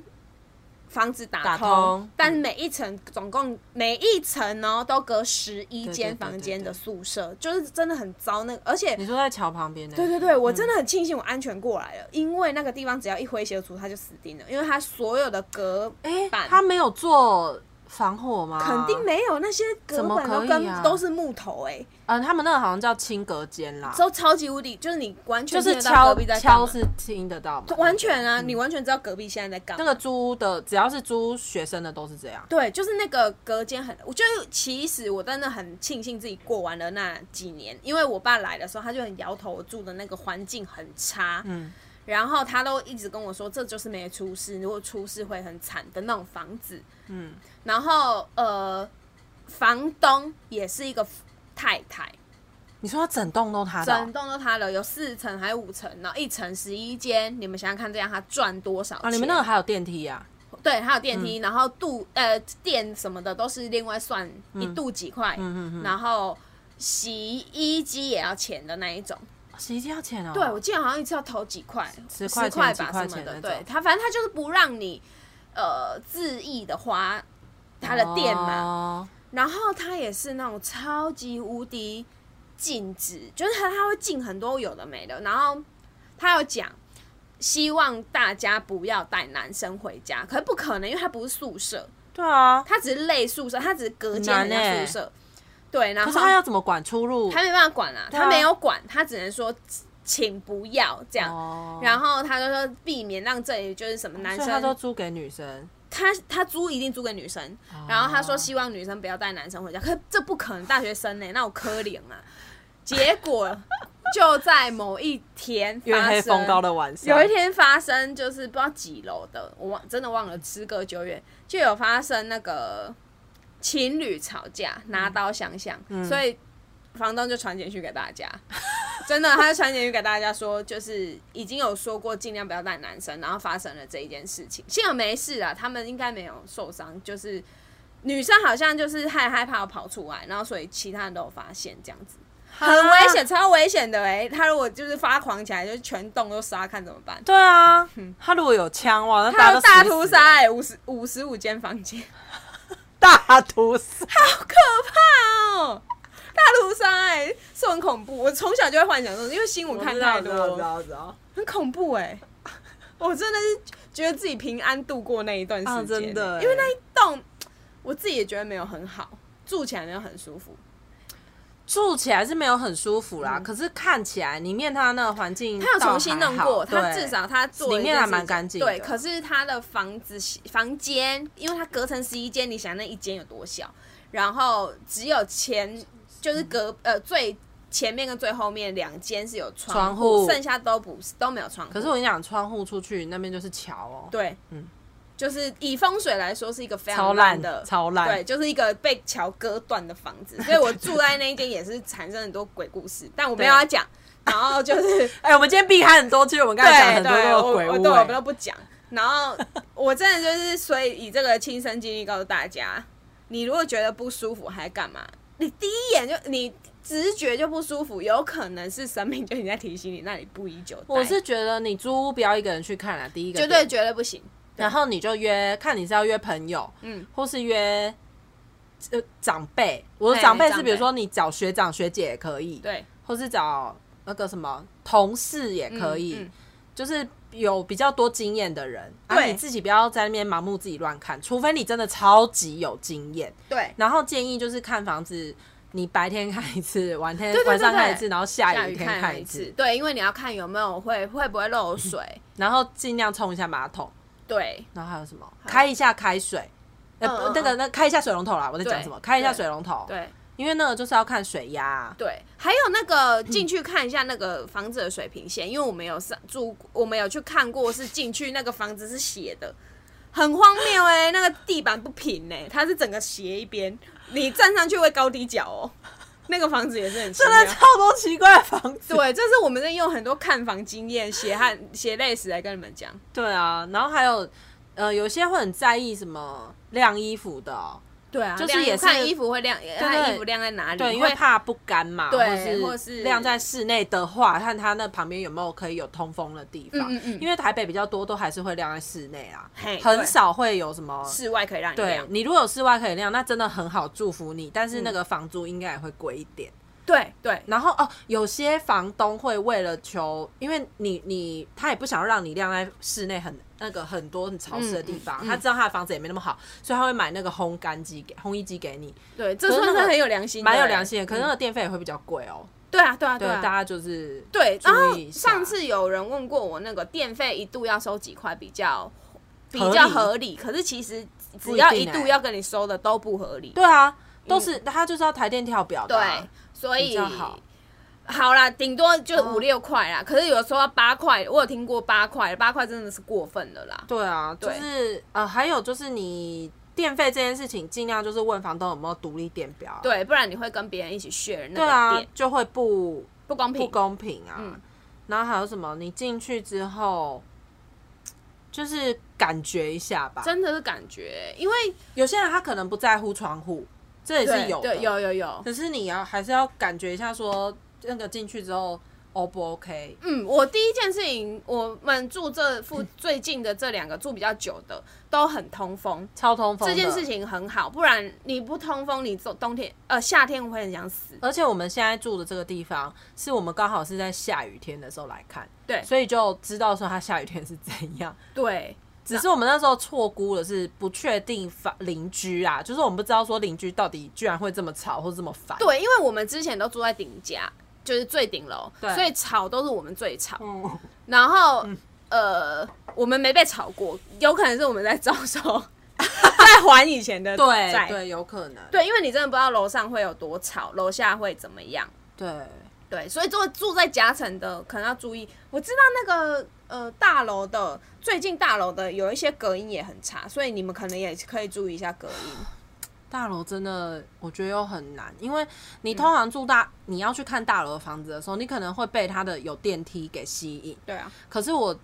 S2: 房子打通，
S1: 打通嗯
S2: 但是每一层总共每一层呢都隔十一
S1: 对
S2: 间
S1: 对对嗯对
S2: 房间的
S1: 对
S2: 宿舍，就是真的很糟那个，而且
S1: 你说在桥旁边的，
S2: 对对对，我真的很庆幸我安全过来了，因为那个地方只要一挥鞋子，它就死定了，因为它所有的隔
S1: 哎、
S2: 板
S1: 他没有做防火吗？
S2: 肯定没有那些
S1: 啊
S2: 隔
S1: 怎么
S2: 板都
S1: 可以
S2: 跟、
S1: 啊
S2: 都是木头哎、
S1: 嗯，他们那个好像叫清隔间啦，
S2: 都超级无敌，就是你完全
S1: 就
S2: 听
S1: 是
S2: 得到
S1: 敲
S2: 隔壁在干
S1: 敲
S2: 嘛
S1: 是听得到吗？
S2: 完全啊，你完全知道隔壁现在在干
S1: 嗯
S2: 嘛
S1: 那。个租的，只要是租学生的都是这样。
S2: 对，就是那个隔间很，我觉得其实我真的很庆幸自己过完了那几年，因为我爸来的时候他就很摇头，我住的那个环境很差，嗯，然后他都一直跟我说这就是没出事，如果出事会很惨的那种房子，嗯，然后呃，房东也是一个太太，
S1: 你说他整栋都他的哦、
S2: 整栋都他了，有四层还有五层，然后一层十一间，你们想想看，这样他赚多少钱？
S1: 啊？你们那个还有电梯啊？
S2: 对，还有电梯，然后度呃电什么的都是另外算
S1: 嗯
S2: 一度几块，然后洗衣机也要钱的那一种。
S1: 洗衣机要钱哦、
S2: 对，我记得好像一次要投几块，
S1: 十
S2: 块
S1: 块钱
S2: 吧
S1: 几块
S2: 什么
S1: 钱
S2: 的。
S1: 那
S2: 对
S1: 种
S2: 他，反正他就是不让你呃恣意的花他的店嘛。
S1: 哦
S2: 然后他也是那种超级无敌禁止，就是他他会禁很多有的没的，然后他有讲。希望大家不要带男生回家，可是不可能，因为他不是宿舍，
S1: 对啊，
S2: 他只是类宿舍，他只是隔间人
S1: 很难
S2: 家
S1: 欸
S2: 宿舍。对，然
S1: 可
S2: 后
S1: 是他要怎么管出入？
S2: 他没办法管啦、
S1: 对啊
S2: 他没有管，他只能说请不要这样。
S1: 哦
S2: 然后他就说避免让这里就是什么男
S1: 所
S2: 生，
S1: 以他都租给女生，
S2: 他他租一定租给女生，
S1: 哦
S2: 然后他说希望女生不要带男生回家，可是这不可能，大学生呢、那我可怜 啊。结果就在某一天
S1: 月
S2: 发
S1: 黑风
S2: 生，
S1: 高的晚上，
S2: 有一天发生，就是不知道几楼的，我忘真的忘了，时隔久远，就有发生那个情侣吵架，拿刀相向，所以房东就传简讯给大家， 真的，他就传简讯给大家说，就是已经有说过尽量不要带男生，然后发生了这一件事情，幸好没事啊，他们应该没有受伤，就是女生好像就是害害怕跑出来，然后所以其他人都有发现这样子。
S1: 哈
S2: 很危险，超危险的哎、他如果就是发狂起来，就是全栋都杀，看怎么办？
S1: 对啊，他如果有枪哇，那
S2: 嗯他
S1: 都死
S2: 有
S1: 死
S2: 大
S1: 的
S2: 屠杀，哎、五十五十五间房间，
S1: 大屠杀，
S2: 好可怕哦！大屠杀哎、是很恐怖。我从小就会幻想这种，因为新闻看太多
S1: 我知
S2: 了，
S1: 道知道
S2: 很恐怖哎、我真的是觉得自己平安度过那一段时间、欸
S1: 啊真的哎
S2: 因为那一栋我自己也觉得没有很好，住起来没有很舒服。
S1: 住起来是没有很舒服啦，可是看起来里面它那个环境倒
S2: 他
S1: 还
S2: 嗯有
S1: 好，
S2: 重新弄过，他
S1: 对
S2: 至少他做了一
S1: 里面
S2: 件
S1: 还
S2: 事
S1: 蛮
S2: 情
S1: 干净的
S2: 对，可是他的房子房间，因为他隔成十一间，你想那一间有多小？然后只有前就是隔呃最前面跟最后面两间是有窗
S1: 窗户
S2: 剩下都不是都没有窗户。
S1: 可是我跟你讲，窗户出去那边就是桥哦、
S2: 对，嗯
S1: 嗯，
S2: 就是以风水来说是一个非
S1: 超
S2: 常
S1: 烂
S2: 的
S1: 超烂
S2: 对，就是一个被桥割断的房子，所以我住在那一间也是产生很多鬼故事，但我没有
S1: 对
S2: 要讲。然后就是
S1: 哎、我们今天避开很多，其实我们刚才讲很多
S2: 对
S1: 都
S2: 对，我
S1: 有鬼
S2: 我
S1: 屋、
S2: 对我
S1: 哎
S2: 们都不讲。然后我真的就是，所以以这个亲身经历告诉大家，你如果觉得不舒服还干嘛？你第一眼就你直觉就不舒服，有可能是神明就已经在提醒你，那你不宜久待。
S1: 我是觉得你租屋不要一个人去看啦，第一个
S2: 绝对觉得不行，
S1: 然后你就约，看你是要约朋友，
S2: 嗯，
S1: 或是约呃长辈。我的
S2: 嘿
S1: 长辈
S2: 长
S1: 是
S2: 辈
S1: 比如说你找学长学姐也可以，
S2: 对，
S1: 或是找那个什么同事也可以，
S2: 嗯嗯
S1: 就是有比较多经验的人。啊，
S2: 对
S1: 你自己不要在那边盲目自己乱看，除非你真的超级有经验。
S2: 对，
S1: 然后建议就是看房子，你白天看一次，晚天
S2: 对对对
S1: 晚上看
S2: 对
S1: 一次，然后下
S2: 下
S1: 雨
S2: 雨
S1: 天
S2: 看
S1: 一次，
S2: 对，因为你要看有没有会会不会漏水，
S1: 然后尽量冲一下马桶，
S2: 对，
S1: 然后还有什么开一下开水。呃，
S2: 嗯嗯
S1: 那个，那开一下水龙头啦！我在讲
S2: 对
S1: 什么？开一下
S2: 对
S1: 水龙头，
S2: 对
S1: 因为那个就是要看水压啊、
S2: 对，还有那个进去看一下那个房子的水平线，因为我们有上住，我们有去看过，是进去那个房子是斜的，很荒谬哎、那个地板不平哎、它是整个斜一边，你站上去会高低脚哦、 那个房子也是很 奇
S1: 真
S2: 妙
S1: 的。超多奇怪的房子。
S2: 对，这是我们在用很多看房经验、血汗、血泪史来跟你们讲。
S1: 对啊，然后还有呃，有些会很在意什么晾衣服的哦、
S2: 对啊
S1: 就是
S2: 晾衣
S1: 也
S2: 服看
S1: 是
S2: 衣服会晾，看
S1: 对
S2: 衣服晾在哪里？
S1: 对，因
S2: 会
S1: 为怕不干嘛，
S2: 对
S1: 或
S2: 或
S1: 是
S2: 是
S1: 晾在室内的话，看它那旁边有没有可以有通风的地方。
S2: 嗯嗯嗯
S1: 因为台北比较多，都还是会晾在室内啊
S2: 嘿，
S1: 很
S2: 对啊
S1: 少会有什么。
S2: 室外可以让你
S1: 对
S2: 晾。
S1: 你如果有室外可以晾，那真的很好，祝福你。但
S2: 嗯
S1: 是那个房租应该也会贵一点。
S2: 对对
S1: 然后哦，有些房东会为了求，因为你你他也不想让你晾在室内很那个很多很潮湿的地
S2: 嗯
S1: 方，他知道他的房子也没那么好，所以他会买那个烘干机给烘衣机给你，
S2: 对，这
S1: 可是
S2: 算
S1: 那
S2: 是
S1: 个
S2: 很有良心的欸，
S1: 蛮有良心的。可是那
S2: 嗯
S1: 个电费也会比较贵哦。
S2: 对啊对啊
S1: 对，
S2: 啊
S1: 大，家就是
S2: 对，
S1: 注
S2: 然后
S1: 意一下
S2: 上次有人问过我，那个电费一度要收几块比较比
S1: 合
S2: 较
S1: 理
S2: 合理，可是其实
S1: 不
S2: 只
S1: 一
S2: 要
S1: 定
S2: 一度
S1: 欸
S2: 要跟你收的都不合理。
S1: 对啊，都是他就是要台电跳表的啊、
S2: 嗯对，所
S1: 比
S2: 以
S1: 较好
S2: 好啦，顶多就
S1: 哦
S2: 五六块啦。可是有说到八块，我有听过八块，八块真的是过分了啦。
S1: 对啊，就
S2: 对
S1: 是呃，还有就是你电费这件事情，尽量就是问房东有没有独立电表啊、
S2: 对，不然你会跟别人一起 share
S1: 对
S2: 那个
S1: 啊
S2: 店，，
S1: 就会不
S2: 不公平。
S1: 不公平啊。
S2: 嗯
S1: 然后还有什么？你进去之后，就是感觉一下吧。
S2: 真的是感觉，因为
S1: 有些人他可能不在乎窗户，这也是有的。
S2: 对有有有，
S1: 可是你要还是要感觉一下说那个进去之后 O 不 OK？
S2: 嗯，我第一件事情，我们住这附最近的这两个住比较久的都很通风，
S1: 超通风
S2: 这
S1: 的
S2: 件事，情很好，不然你不通风，你走冬天呃夏天我会很想死。
S1: 而且我们现在住的这个地方，是我们刚好是在下雨天的时候来看，
S2: 对
S1: 所以就知道说它下雨天是怎 样。
S2: 对，
S1: 只是我们那时候错估了，是不确定房邻居啊，就是我们不知道说邻居到底居然会这么吵或这么烦。
S2: 对，因为我们之前都住在顶家，就是最顶楼，
S1: 对
S2: 所以吵都是我们最吵。
S1: 嗯，
S2: 然后、呃，我们没被吵过，有可能是我们在招 手，在还以前的
S1: 对
S2: 债
S1: 对，有可能。
S2: 对，因为你真的不知道楼上会有多吵，楼下会怎么样。
S1: 对，
S2: 对，所以住住在夹层的可能要注意。我知道那个呃大楼的最近大楼的有一些隔音也很差，所以你们可能也可以注意一下隔音。
S1: 大楼真的我觉得又很难，因为你通常住大，你要去看大楼的房子的时候，你可能会被它的有电梯给吸引。
S2: 对啊，
S1: 可是我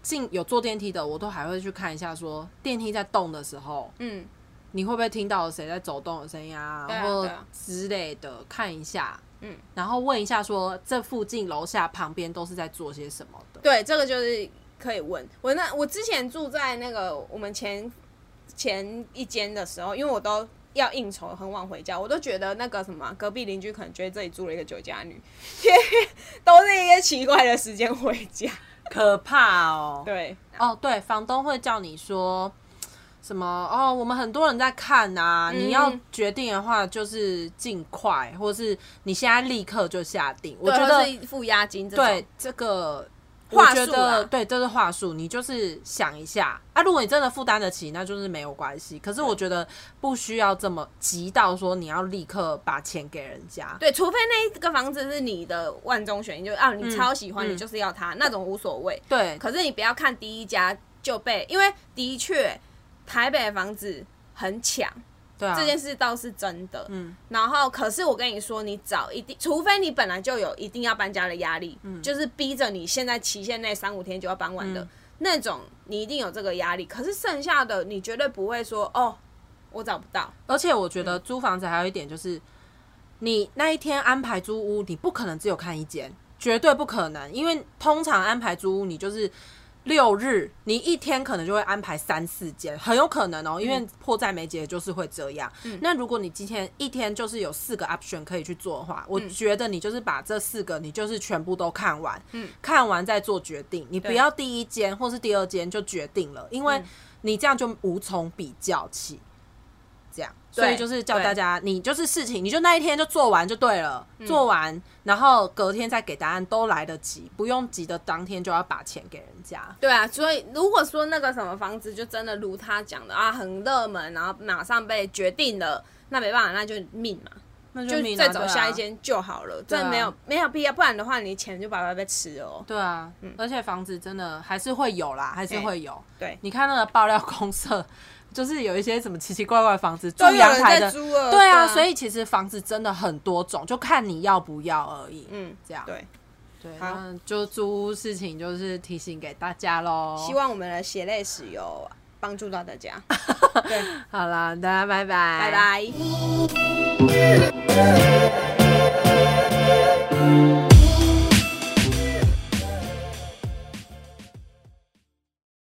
S1: 进有坐电梯的，我都还会去看一下说电梯在动的时候，
S2: 嗯，
S1: 你会不会听到谁在走动的声音啊，
S2: 对啊
S1: 或
S2: 对啊
S1: 之类的，看一下，
S2: 嗯，
S1: 然后问一下说这附近楼下旁边都是在做些什么的。
S2: 对，这个就是可以问我那我之前住在那个我们前前一间的时候，因为我都。要应酬很晚回家，我都觉得那个什么隔壁邻居可能觉得这里住了一个酒家女， 天天都是一些奇怪的时间回家。
S1: 可怕哦
S2: 对，
S1: 哦，对，房东会叫你说什么？哦，我们很多人在看呐、你要
S2: 嗯
S1: 决定的话，就是尽快，或是你现在立刻就下定。我
S2: 对
S1: 觉
S2: 或
S1: 得
S2: 是付押金这种，
S1: 对这个。我
S2: 话术
S1: 觉得
S2: 啦
S1: 对，这是话术，你就是想一下啊。如果你真的负担得起，那就是没有关系。可是我觉得不需要这么急到说你要立刻把钱给人家。
S2: 对，除非那一个房子是你的万中选一，就啊你超喜欢，
S1: 嗯
S2: 你就是要它、那种无所谓。
S1: 对
S2: 可是你不要看第一家就被，因为的确台北的房子很抢，
S1: 对啊，
S2: 这件事倒是真的。
S1: 嗯
S2: 然后，可是我跟你说，你早一定，除非你本来就有一定要搬家的压力，就是逼着你现在期限内三五天就要搬完的、
S1: 嗯
S2: 那种，你一定有这个压力。可是剩下的你绝对不会说哦，我找不到。
S1: 而且我觉得租房子还有一点就是，你那一天安排租屋，你不可能只有看一间，绝对不可能，因为通常安排租屋，你就是六日，你一天可能就会安排三四间，很有可
S2: 嗯
S1: 能哦，因为迫在眉睫就是会这样。那如果你今天一天就是有四个 option 可以去做的话，
S2: 嗯
S1: 我觉得你就是把这四个你就是全部都看完，
S2: 嗯
S1: 看完再做决定，你不
S2: 对嗯
S1: 要第一间或是第二间就决定了，因为你这样就无从比较起。这样，
S2: 对
S1: 所以就是叫
S2: 对
S1: 大家，你就是事情，你就那一天就做完就对了，
S2: 嗯
S1: 做完，然后隔天再给答案都来得及，不用急的当天就要把钱给人家。
S2: 对啊，所以如果说那个什么房子就真的如他讲的啊，很热门，然后马上被决定了，那没办法，那就命嘛，
S1: 那
S2: 就
S1: 命啊
S2: 再找
S1: 对啊
S2: 下一间就好了，
S1: 对啊
S2: 这没有没有必要，不然的话你钱就白白被吃了哦。
S1: 对啊，而且房子真的还是会有啦，还是会有。
S2: 对，
S1: 你看那个爆料公社，就是有一些什么奇奇怪怪的房子，住
S2: 都有
S1: 阳
S2: 人
S1: 台
S2: 在
S1: 的，
S2: 租了，
S1: 对啊，所以其实房子真的很多种，就看你要不要而已。
S2: 嗯，
S1: 这样
S2: 对，
S1: 对，
S2: 好
S1: 那就租屋事情就是提醒给大家喽。
S2: 希望我们的血泪史有 帮助到大家，对，
S1: 好啦，大家拜拜，
S2: 拜拜。